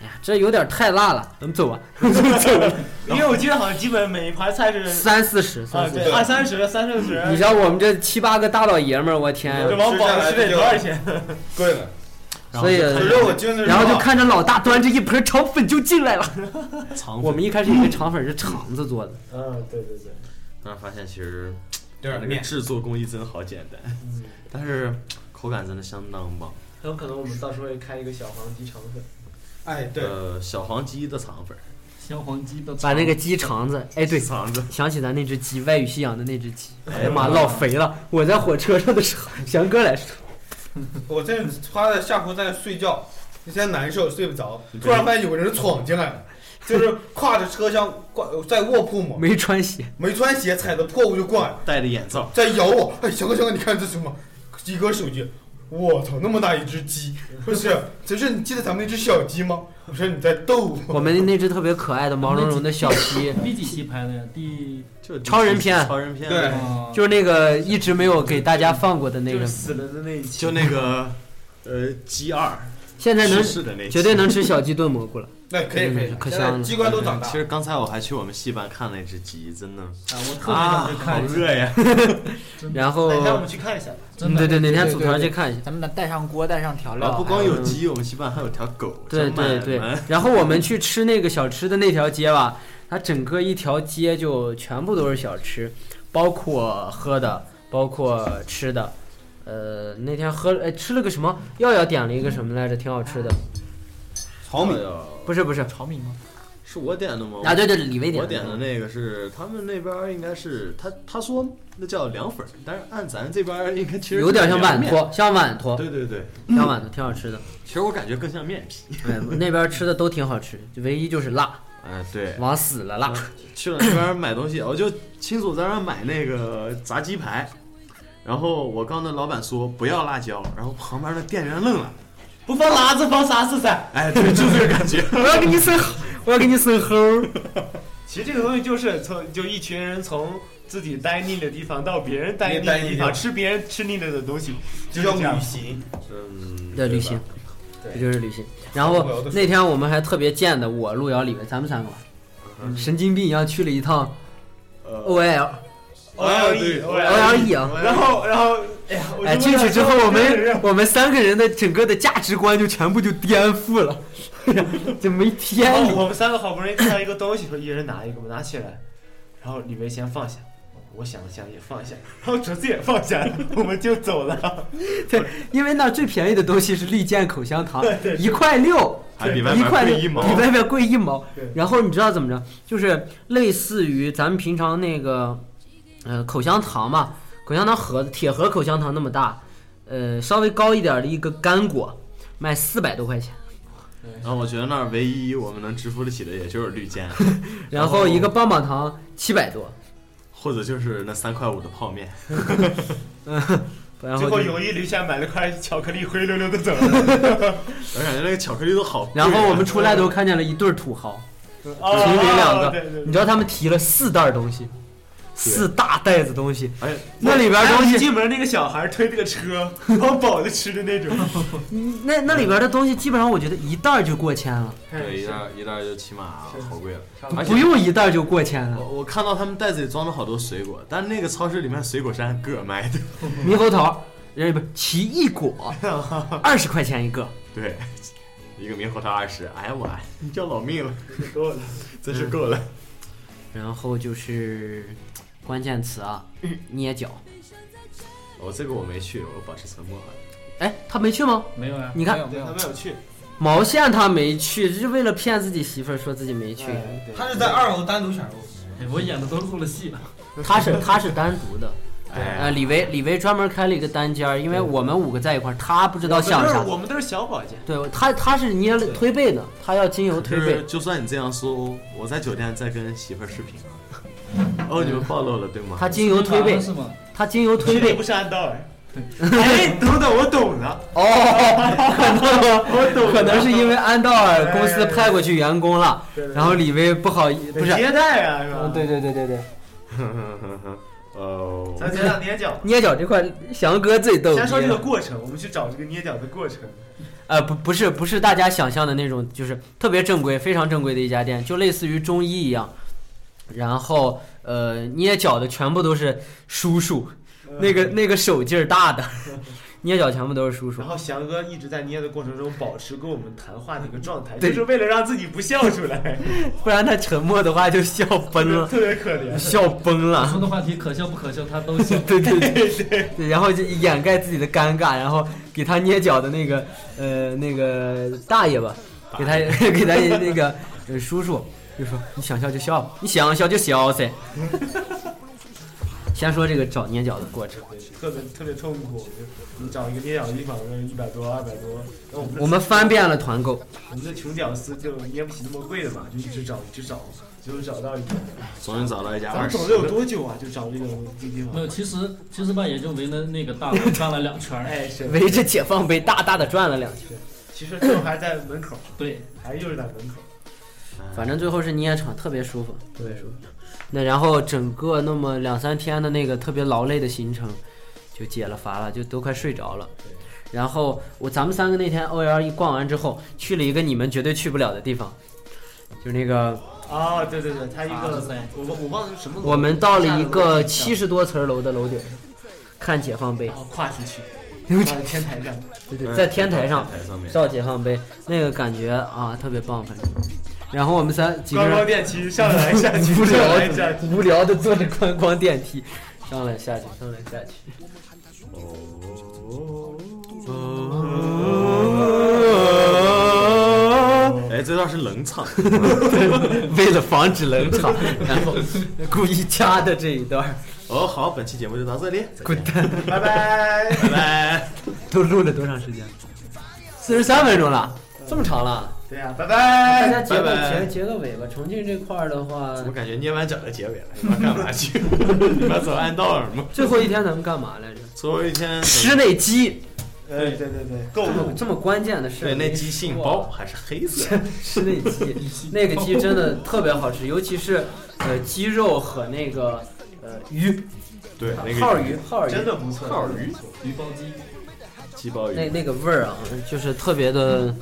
Speaker 2: 哎呀，这有点太辣了，咱们走吧，
Speaker 5: 因为我记得好像基本每一盘菜是
Speaker 2: 三四十，
Speaker 5: 啊，
Speaker 2: 三四十。
Speaker 5: 对，二三十、三四十，
Speaker 2: 你知道我们这七八个大老爷们儿，我天啊
Speaker 5: 这
Speaker 2: 呀！
Speaker 5: 王宝吃得多少钱？
Speaker 6: 贵了，
Speaker 2: 所以，
Speaker 6: 可是我经常
Speaker 2: 呃然后就看着老大端着一盆肠粉就进来了。
Speaker 3: 肠
Speaker 2: 我
Speaker 3: 粉，
Speaker 2: 们一开始以为肠粉是肠子做的，
Speaker 5: 嗯，对对对，
Speaker 3: 但是发现其实
Speaker 6: 对
Speaker 3: 那个
Speaker 6: 面
Speaker 3: 制作工艺真的好简单，但是口感真的相当棒。
Speaker 5: 嗯很有可能我们到时候会开一个小黄鸡肠粉，
Speaker 6: 哎对，
Speaker 3: 呃，小黄鸡的肠粉，
Speaker 7: 小黄鸡的
Speaker 2: 把那个鸡肠子，哎，对，
Speaker 3: 肠子，
Speaker 2: 想起咱那只鸡，外语系养的那只鸡，哎呀妈，老肥了！我在火车上的时候，翔哥来说，
Speaker 6: 我在趴在下铺在那睡觉，那天难受睡不着，突然发现有个人闯进来了，就是挎着车厢挂在卧铺嘛，
Speaker 2: 没穿鞋，
Speaker 6: 没穿鞋踩着破屋就过来了，
Speaker 3: 戴着眼罩，
Speaker 6: 在咬我，哎小哥小哥你看这是什么？鸡哥手机，我操那么大一只鸡，不是，只是你记得咱们那只小鸡吗？我说你在逗我，
Speaker 2: 我们那只特别可爱的毛茸茸的小 鸡，
Speaker 7: 第几期拍的呀？第
Speaker 3: 就
Speaker 2: 超人片
Speaker 3: 超人片，
Speaker 5: 哎
Speaker 6: 对
Speaker 7: 啊
Speaker 2: 就是那个一直没有给大家放过的那
Speaker 5: 就
Speaker 2: 个
Speaker 5: 是，死人的那一期，
Speaker 3: 就那个呃鸡二
Speaker 2: 现在能
Speaker 3: 去世的那一期
Speaker 2: 绝对能吃小鸡炖蘑菇了，
Speaker 6: 那可以可以，
Speaker 2: 嗯可
Speaker 6: 现
Speaker 2: 香
Speaker 6: 在
Speaker 2: 了
Speaker 6: 鸡冠都长大
Speaker 3: 其，实刚才我还去我们戏班看了一只鸡，真的
Speaker 7: 啊，我特别想去
Speaker 3: 好
Speaker 7: 看一下，
Speaker 3: 饿呀！
Speaker 2: 然后嗯
Speaker 5: 哪天我们去看一下吧。
Speaker 7: 真
Speaker 2: 对
Speaker 7: 的。
Speaker 2: 对，哪天
Speaker 4: 对
Speaker 2: 组
Speaker 4: 对
Speaker 2: 团
Speaker 4: 对
Speaker 2: 去看一下。
Speaker 4: 咱们带上锅，带上调
Speaker 3: 然
Speaker 4: 料，
Speaker 1: 啊
Speaker 3: 后不光有鸡，我们戏班还有条狗，
Speaker 2: 对
Speaker 3: 叫麦
Speaker 2: 对对
Speaker 3: 麦，
Speaker 2: 然后我们去吃那个小吃的那条街吧，它整个一条街就全部都是小吃，包括喝的，包括吃的。呃，那天喝了，哎，吃了个什么？耀耀点了一个什么来着？挺好吃的，
Speaker 3: 炒米
Speaker 2: 不是不是
Speaker 4: 炒米吗？
Speaker 3: 是我点的吗？
Speaker 2: 啊，对对，李维点
Speaker 3: 我点的那个是他们那边儿应该是他他说那叫凉粉儿，但是按咱这边儿应该其实
Speaker 2: 有点像
Speaker 3: 碗
Speaker 2: 碗。坨，像碗坨，
Speaker 3: 对对对，
Speaker 2: 像碗坨，挺好吃的。
Speaker 3: 其实我感觉更像面皮。
Speaker 2: 哎，那边吃的都挺好吃，就唯一就是辣，
Speaker 3: 哎，对，嗯
Speaker 2: 往死了辣。
Speaker 3: 去了那边儿买东西，我就亲手在那儿买那个炸鸡排，然后我刚那老板说不要辣椒，然后旁边的店员愣了，
Speaker 5: 不放辣子放啥子噻？
Speaker 3: 哎，对，就这个 感觉。
Speaker 2: 我要给你生，我要给你生猴。
Speaker 5: 其实这个东西就是从就一群人从自己待腻的地方到别人待腻的地方，吃别人吃腻了的东西，
Speaker 6: 就
Speaker 5: 就
Speaker 6: 叫
Speaker 5: 是这样
Speaker 6: 旅。行，
Speaker 3: 嗯，
Speaker 2: 对，旅行，
Speaker 5: 对
Speaker 2: 这就是旅行。然后那天我们还特别贱的，我路遥李维，咱们三个玩，神经病一样去了一趟
Speaker 3: 呃，
Speaker 2: OL
Speaker 5: 哎
Speaker 3: 对
Speaker 2: OLE 啊。
Speaker 5: 然后然后哎呀，我
Speaker 2: 哎，进去之后，我们我们三个人的整个的价值观就全部就颠覆了， 就没
Speaker 5: 然
Speaker 2: 天
Speaker 5: 后我
Speaker 2: 理。
Speaker 5: 们三个好不容易看到一个东西，说一人拿一个，我们拿起来，然后李维先放下。我想了想也放下， 然后哲子也放下，我们就走了。
Speaker 2: 对，因为那儿最便宜的东西是利健口香糖，一块六，
Speaker 3: 还啊比外
Speaker 2: 一
Speaker 3: 面
Speaker 2: 块
Speaker 3: 贵
Speaker 2: 六
Speaker 3: 一毛。
Speaker 2: 比外面贵一毛
Speaker 5: 对。
Speaker 2: 然后你知道怎么着？就是类似于咱们平常那个，呃，口香糖嘛，口香糖盒子，铁盒口香糖那么大，呃，稍微高一点的一个干果，卖四百多块钱。
Speaker 3: 然后我觉得那儿唯一我们能支付得起的也就是绿箭，
Speaker 2: 然后一个棒棒糖七百多，
Speaker 3: 或者就是那三块五的泡面。
Speaker 2: 然
Speaker 5: 最
Speaker 2: 后
Speaker 5: 后
Speaker 2: 就
Speaker 5: 犹豫了一下，买了块巧克力，灰溜溜的 走了。
Speaker 3: 我感觉那个巧克力都好贵啊。
Speaker 2: 然后我们出来都看见了一对儿土豪，
Speaker 5: 哦
Speaker 2: 情侣两个
Speaker 5: 对对对
Speaker 2: 你知道他们提了四袋儿东西，四大袋子东西，
Speaker 3: 哎，
Speaker 2: 那里边儿
Speaker 5: 然后
Speaker 2: 东
Speaker 5: 一
Speaker 2: 西，
Speaker 5: 进门那个小孩推那个车， 往饱了吃的那种。
Speaker 2: 那那里边儿的东西基本上我觉得一袋儿就过千了，
Speaker 3: 对，一袋一袋就起码好贵了。而且
Speaker 2: 不用一袋儿就过千了
Speaker 3: 我。我看到他们袋子里装了好多水果，但那个超市里面水果是按个卖的。
Speaker 5: 嗯
Speaker 2: 猕猴桃，人不是奇异 果，二十块钱一个。
Speaker 3: 对，一个猕猴桃二十，哎呀我要老命了，够了， 真是够了。
Speaker 2: 然后就是关键词啊，
Speaker 6: 嗯
Speaker 2: 捏脚。
Speaker 3: 我哦这个我没去，我保持沉默。啊
Speaker 2: 哎，他没去吗？
Speaker 7: 没有呀、
Speaker 2: 你看
Speaker 5: 对他没有去，
Speaker 2: 毛线他没去，就是为了骗自己媳妇儿说自己没去。
Speaker 5: 哎对
Speaker 6: 他是在二楼单独选入。
Speaker 7: 哎我演的都录了戏了，
Speaker 2: 他是他是单独的，呃，
Speaker 3: 哎，
Speaker 2: 李维李维专门开了一个单间儿，因为我们五个在一块儿，他不知道想啥
Speaker 5: 我们都是。我们都是小保健，
Speaker 2: 对他他是捏了推背的，他要精油
Speaker 3: 就
Speaker 2: 推
Speaker 3: 是
Speaker 2: 背。
Speaker 3: 就算你这样说，我在酒店在跟媳妇儿视频啊。哦，你们暴露了对吗？
Speaker 2: 他精油推背，
Speaker 7: 是吗？
Speaker 2: 他精油推
Speaker 5: 这也
Speaker 2: 背
Speaker 5: 不。是按道理。哎，等等，我懂了，
Speaker 2: 哦，可能可能是因为安道尔公
Speaker 5: 哎
Speaker 2: 司派过去员工了，然后李威不好意不
Speaker 5: 得
Speaker 2: 是，
Speaker 5: 接待啊，是吧？
Speaker 2: 嗯，对，对对对对，
Speaker 3: 哦，
Speaker 5: 咱讲讲捏脚。
Speaker 2: 捏脚这块，翔哥最逗逼
Speaker 5: 先说这个
Speaker 2: 了。
Speaker 5: 过程，我们去找这个捏脚的过程。
Speaker 2: 呃，不不是不是大家想象的那种，就是特别正规、非常正规的一家店，就类似于中医一样。然后呃，捏脚的全部都是叔叔，
Speaker 5: 嗯
Speaker 2: 那个那个手劲儿大的，捏脚全部都是叔叔
Speaker 5: 然。后翔哥一直在捏的过程中保持跟我们谈话的一个状态，就
Speaker 2: 对
Speaker 5: 是为了让自己不笑出来，
Speaker 2: 不然他沉默的话就笑崩 了，
Speaker 5: 特别可怜。
Speaker 2: 笑崩
Speaker 7: 我
Speaker 2: 了。
Speaker 7: 说 的话题可笑不可笑，他都笑。
Speaker 2: 对对对对，然后就掩盖自己的尴尬，然后给他捏脚的那个呃那个大爷吧，给他 给他那个呃叔叔就说你想笑就笑，你想笑就笑 噻。先说这个找捏脚的过程，
Speaker 5: 特别特别痛苦，你找一个捏脚的地方，呃一百多、二百多，那我们这
Speaker 2: 我们翻遍了团购，
Speaker 5: 我们这穷屌丝就捏不起那么贵的嘛，就一直找，一直找，最后找到一个。
Speaker 3: 终于找到一家
Speaker 5: 咱
Speaker 3: 二
Speaker 5: 们
Speaker 3: 十
Speaker 5: 走了有多久啊？就找这个地地
Speaker 7: 没
Speaker 5: 方
Speaker 7: 有，。其实其实吧，也就围着那个大楼转了两圈儿。
Speaker 5: 哎，是。
Speaker 2: 围着解放碑大大的转了两圈，
Speaker 5: 其实最后还在 门口，
Speaker 7: 对，
Speaker 5: 还是就是在门口。
Speaker 2: 反正最后是捏场，特别舒服，特别舒服。那然后整个那么两三天的那个特别劳累的行程，就解了乏了，就都快睡着了。然后我咱们三个那天 O L 一逛完之后，去了一个你们绝对去不了的地方，就那个
Speaker 5: 哦，对对对，他一
Speaker 7: 哇
Speaker 2: 啊
Speaker 5: 个
Speaker 7: 塞，
Speaker 5: 我忘我忘了是什么楼。
Speaker 2: 我们到了一个七
Speaker 5: 七
Speaker 2: 十多层楼的楼顶，看解放碑
Speaker 5: 然，后跨出去，到了天台上。
Speaker 2: 对对，哎在天台上
Speaker 3: 天台上面。
Speaker 2: 照解放碑，那个感觉啊特别棒，反正。然后我们三几个
Speaker 5: 观
Speaker 2: 人
Speaker 5: 光电梯上来下去，
Speaker 2: 无
Speaker 5: 上来下
Speaker 2: 聊
Speaker 5: 去。
Speaker 2: 无聊的坐着观光电梯，上来下去，上来下去。
Speaker 3: 哦，
Speaker 2: 哦，
Speaker 3: 哎，这段是冷 场，
Speaker 2: 为了防止冷 场，然后故意加的这一段儿，
Speaker 3: 哦，好，本期节目就到这里，
Speaker 2: 滚蛋！
Speaker 5: 拜拜。
Speaker 3: 拜拜。
Speaker 2: 都录了多长时间？四十三分钟了，哎这么长了？
Speaker 5: 对呀、拜
Speaker 2: 大
Speaker 5: 拜。
Speaker 2: 家结
Speaker 3: 拜
Speaker 2: 个结
Speaker 3: 拜
Speaker 2: 结个尾吧。重庆这块儿的话
Speaker 3: 怎，么感觉捏完脚的结尾了？你们干嘛 去？你们走暗道了吗？
Speaker 2: 最后一天咱们干嘛来着？
Speaker 3: 最后一天
Speaker 2: 吃那鸡，
Speaker 5: 对对对对，
Speaker 2: 这
Speaker 5: 购
Speaker 2: 么
Speaker 5: 物。
Speaker 2: 这么关键的事儿
Speaker 3: 对
Speaker 2: 没说啊，
Speaker 3: 那鸡姓包还是黑色？
Speaker 2: 吃那鸡， 那个鸡真的特别好吃，尤其是呃鸡肉和那个呃鱼，
Speaker 3: 对，那
Speaker 2: 耗
Speaker 3: 个
Speaker 2: 鱼耗鱼
Speaker 5: 真的不错，
Speaker 3: 耗鱼
Speaker 5: 鱼包鸡，
Speaker 3: 鸡包
Speaker 2: 那
Speaker 3: 鱼，
Speaker 2: 那个味儿啊，就是特别的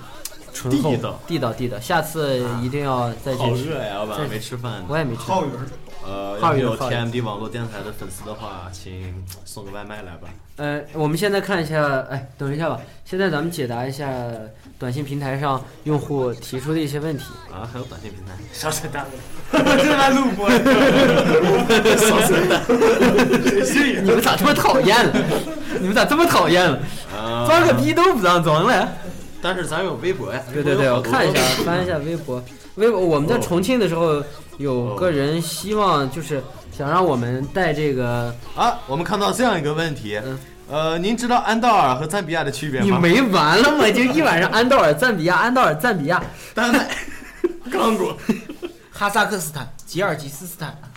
Speaker 2: 醇厚
Speaker 3: 地道
Speaker 2: 地道地道。下次一定要再
Speaker 3: 好
Speaker 2: 去吃，
Speaker 3: 热呀，老
Speaker 2: 这
Speaker 3: 板没吃饭呢。
Speaker 2: 我也没吃。
Speaker 6: 浩宇，
Speaker 3: 呃，
Speaker 2: 耗
Speaker 3: 要
Speaker 2: 鱼
Speaker 3: 有
Speaker 2: 耗鱼
Speaker 3: TMD 网络电台的粉丝的话，请送个外卖来吧。
Speaker 2: 呃，我们现在看一下，哎，等一下吧，现在咱们解答一下短信平台上用户提出的一些问题。
Speaker 3: 啊，还有短信平 台，
Speaker 5: 少扯淡了。
Speaker 4: 这在录播，
Speaker 3: 少扯淡。
Speaker 2: 你们咋这么讨厌了？你们咋这么讨厌了？
Speaker 3: 啊
Speaker 2: 装个！逼都不让装了。
Speaker 3: 但是咱有微博呀。
Speaker 2: 对对对，我看一下，翻一下微博。微博，我们在
Speaker 3: 哦
Speaker 2: 重庆的时候，有个人希望就是想让我们带这个，
Speaker 3: 啊，我们看到这样一个问题
Speaker 2: 嗯，
Speaker 3: 呃，您知道安道尔和赞比亚的区别
Speaker 2: 你
Speaker 3: 吗？
Speaker 2: 没完了吗？就一晚上，安道尔、赞比亚，安道尔、赞比亚，
Speaker 3: 丹麦、刚果。
Speaker 4: 哈萨克斯坦、吉尔吉斯斯坦，
Speaker 7: 啊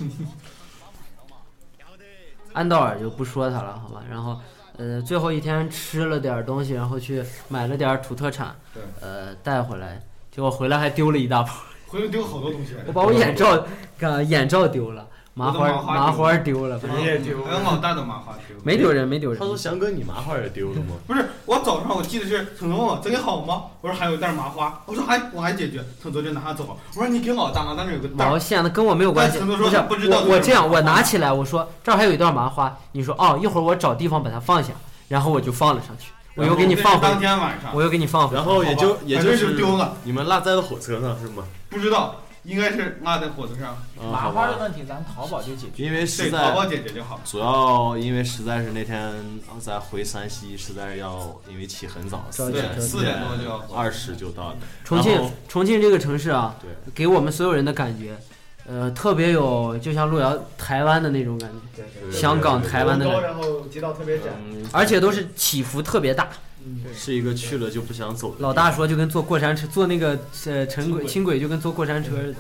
Speaker 2: 安道尔就不说他了，好吧？然后，呃，最后一天吃了点东西，然后去买了点土特产，呃，带回来，结果回来还丢了一大包，
Speaker 6: 回头丢好多东西，
Speaker 2: 我把我眼罩，看眼罩丢了，麻
Speaker 6: 我
Speaker 2: 花
Speaker 6: 的麻花
Speaker 2: 麻花丢
Speaker 6: 哎
Speaker 2: 了，
Speaker 5: 人也丢
Speaker 6: 还有老大的麻花丢。
Speaker 2: 没丢人，没丢
Speaker 3: 他
Speaker 2: 人。
Speaker 3: 说翔哥，你麻花也丢了吗？
Speaker 6: 不是，我早上我记得是程总问我这里好吗？我说还有袋麻花，我说还我还解决，程总就拿走了。我说你给老大拿那儿有个袋
Speaker 2: 毛
Speaker 6: 儿，
Speaker 2: 线，那跟我没有关系。
Speaker 6: 但陈总说
Speaker 2: 是
Speaker 6: 他不知道
Speaker 2: 我
Speaker 6: 这，是
Speaker 2: 我这样，我
Speaker 6: 麻花
Speaker 2: 拿起来，我说这儿还有一段麻花，你说哦，一会儿我找地方把它放下，然后我就放了上去，我又给你
Speaker 6: 这是
Speaker 2: 放回
Speaker 6: 当
Speaker 2: 来，
Speaker 6: 天晚上
Speaker 2: 我又给你放回来。
Speaker 3: 然后也 就
Speaker 6: 好吧
Speaker 3: 也
Speaker 6: 反正
Speaker 3: 就是
Speaker 6: 丢了，
Speaker 3: 你们落在了火车上是吗？
Speaker 6: 不知道，应该是落在火车上，
Speaker 3: 啊
Speaker 4: 麻
Speaker 3: 好
Speaker 4: 花的
Speaker 3: 吧，
Speaker 4: 问题咱们淘宝就解决。
Speaker 3: 因为实
Speaker 6: 对，淘宝
Speaker 3: 在
Speaker 6: 解决就好。
Speaker 3: 主要因为实在是那天呃在回山西，实在是要因为起很早，
Speaker 2: 着
Speaker 3: 四
Speaker 2: 急着
Speaker 3: 点
Speaker 2: 急
Speaker 6: 四点多就要回
Speaker 3: 二十就到了。
Speaker 2: 重
Speaker 3: 然
Speaker 2: 庆
Speaker 3: 后，
Speaker 2: 重庆这个城市啊，
Speaker 3: 对，
Speaker 2: 给我们所有人的感觉，呃，特别有就像路遥台湾的那种感觉，
Speaker 5: 对对
Speaker 3: 对
Speaker 2: 香港、
Speaker 3: 对对
Speaker 2: 台湾的
Speaker 5: 高，
Speaker 2: 感觉，
Speaker 5: 然后街道特别窄。嗯
Speaker 3: 嗯
Speaker 2: 而且都是起伏特别大。嗯
Speaker 3: 是一个去了就不想走的地方。
Speaker 2: 老大说就跟坐过山车，坐那个呃城轨轻轨就跟坐过山车似的。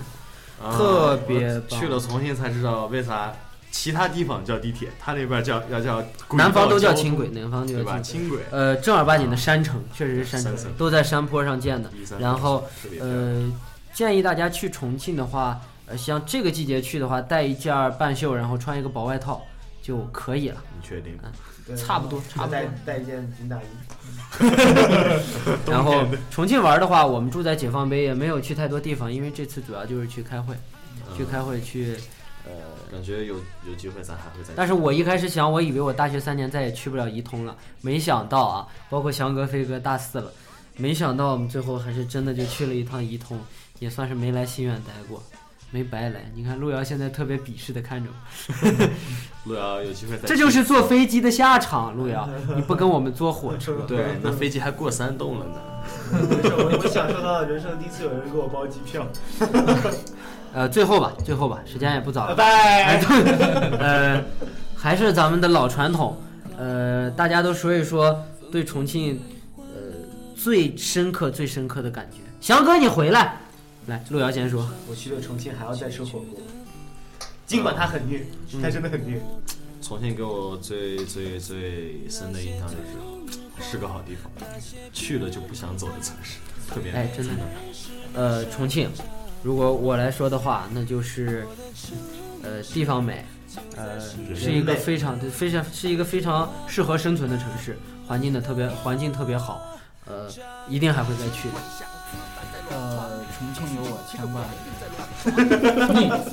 Speaker 3: 啊
Speaker 2: 特别
Speaker 3: 我
Speaker 2: 棒
Speaker 3: 去了重庆才知道为啥其他地方叫地铁，他那边叫要叫轨道
Speaker 2: 南方都叫
Speaker 3: 交通
Speaker 2: 轻轨，，南方就
Speaker 3: 对
Speaker 2: 叫
Speaker 3: 吧？
Speaker 2: 轻轨。
Speaker 3: 轻轨。
Speaker 2: 呃，正儿八经的山城，确实是山城
Speaker 3: 山，城
Speaker 2: 都在山坡上建的。
Speaker 3: 一三
Speaker 2: 然后
Speaker 3: 特别漂亮
Speaker 2: 呃，建议大家去重庆的话，呃，像这个季节去的话，带一件儿半袖，然后穿一个薄外套就可以了，
Speaker 3: 你确定？
Speaker 5: 对
Speaker 2: 差不多，差不多
Speaker 5: 带。带一件军 大衣。
Speaker 2: 然后重庆玩的话，我们住在解放碑，也没有去太多地方，因为这次主要就是去开会，去开会去。
Speaker 3: 呃感觉有有机会咱还会再去。
Speaker 2: 呃但是我一开始想，我以为我大学三年再也去不了一通了，没想到啊，包括翔哥、飞哥大四了，没想到我们最后还是真的就去了一趟一通， 也算是没来心愿待过，没白来。你看路遥现在特别鄙视的看着我，
Speaker 3: 路遥啊有机会再去。
Speaker 2: 这就是坐飞机的下场。路遥，你不跟我们坐火车，
Speaker 3: 对，那飞机还过山洞了呢。
Speaker 5: 人生我我享受到了人生第一次有人给我包机票。
Speaker 2: 呃，最后吧，最后吧，时间也不早
Speaker 5: 拜
Speaker 2: 了，
Speaker 5: 拜。
Speaker 2: 呃，还是咱们的老传统，呃，大家都说一说对重庆，呃，最深刻、最深刻的感觉。翔哥，你回来，来，路遥先说。
Speaker 5: 我去了重庆还要再吃火锅，尽管它很虐，但真的很虐。
Speaker 3: 重庆给我最最最深的印象就是，是个好地方，去了就不想走的城市，特别
Speaker 2: 哎，真的，呃，重庆，如果我来说的话，那就是，呃，地方美，呃，是一个非常对非常是一个非常适合生存的城市，环境的特别环境特别好，呃，一定还会再去的。
Speaker 4: 呃，重庆有我牵挂。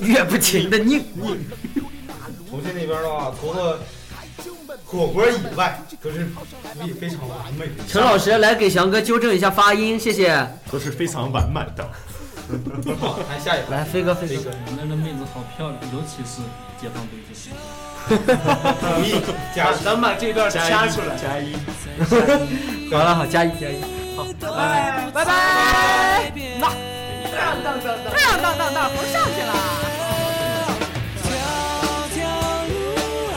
Speaker 2: 越不停的拧，
Speaker 6: 重庆那边的话，除了火锅以外，都是服务业非常完美的。
Speaker 2: 陈老师来给翔哥纠正一下发音，谢谢。
Speaker 3: 都是非常完满的。
Speaker 6: 好，看下一个。
Speaker 2: 来，飞哥，飞哥，
Speaker 7: 你那儿的妹子好漂亮，尤其是解放碑这些。
Speaker 6: 同意，加
Speaker 5: 咱们把这段掐出来。加一。
Speaker 2: 好了，好，加一，加一。
Speaker 8: 拜拜，拜拜，那。
Speaker 5: 当当当当。
Speaker 8: 当当当当，红上去了。
Speaker 9: 条条路啊，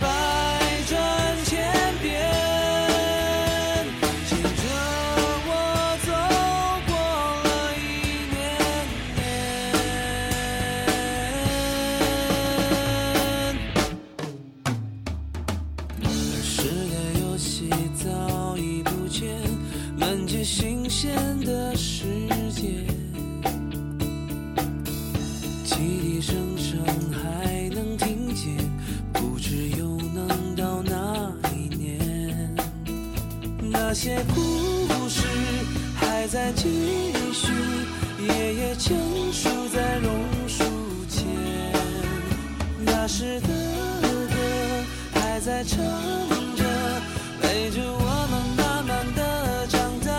Speaker 9: 百转千遍，牵着我走过了一年年。儿时的游戏早已不见，满街新鲜的世界。汽笛声声还能听见，不知又能到哪一年。那些故事还在继续，夜夜情书在榕树间。那时的歌还在唱着，陪着我们慢慢的长大。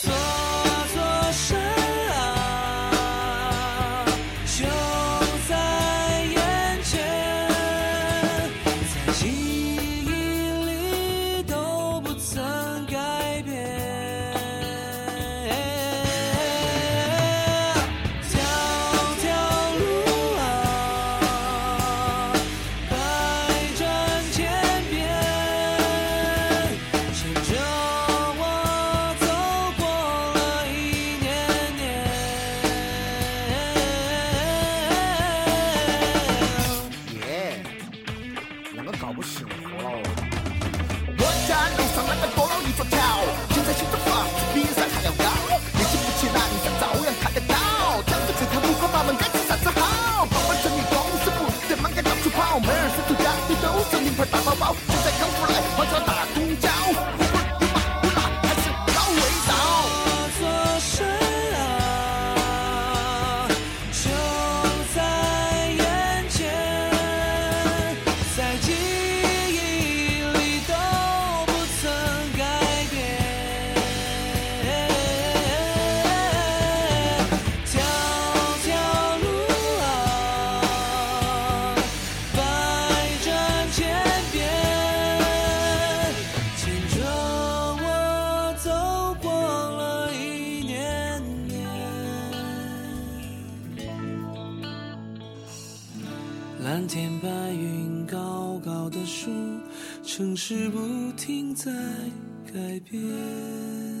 Speaker 9: 做错事啊，就在眼前，在记忆里都不曾改变。条条路啊，百转千遍。牵着我走过了一年年。
Speaker 10: 耶，两个搞不醒活了。我家路上那个多肉一座桥，现在心中放比山还要高。年轻不起来，你想照样看得到。江水只看不过把门该吃啥子好？爸爸这里公司不在忙该到处跑，门儿是土家的都是名牌大包包，现在刚出来换上打工脚，不棍儿不马不辣，还是高味道。
Speaker 9: 做事啊，就在眼前，在记忆里都不曾改变。条条路啊，百转千遍，牵着我走过了一年年。
Speaker 10: 蓝天白云高高的树，城市不停在改变。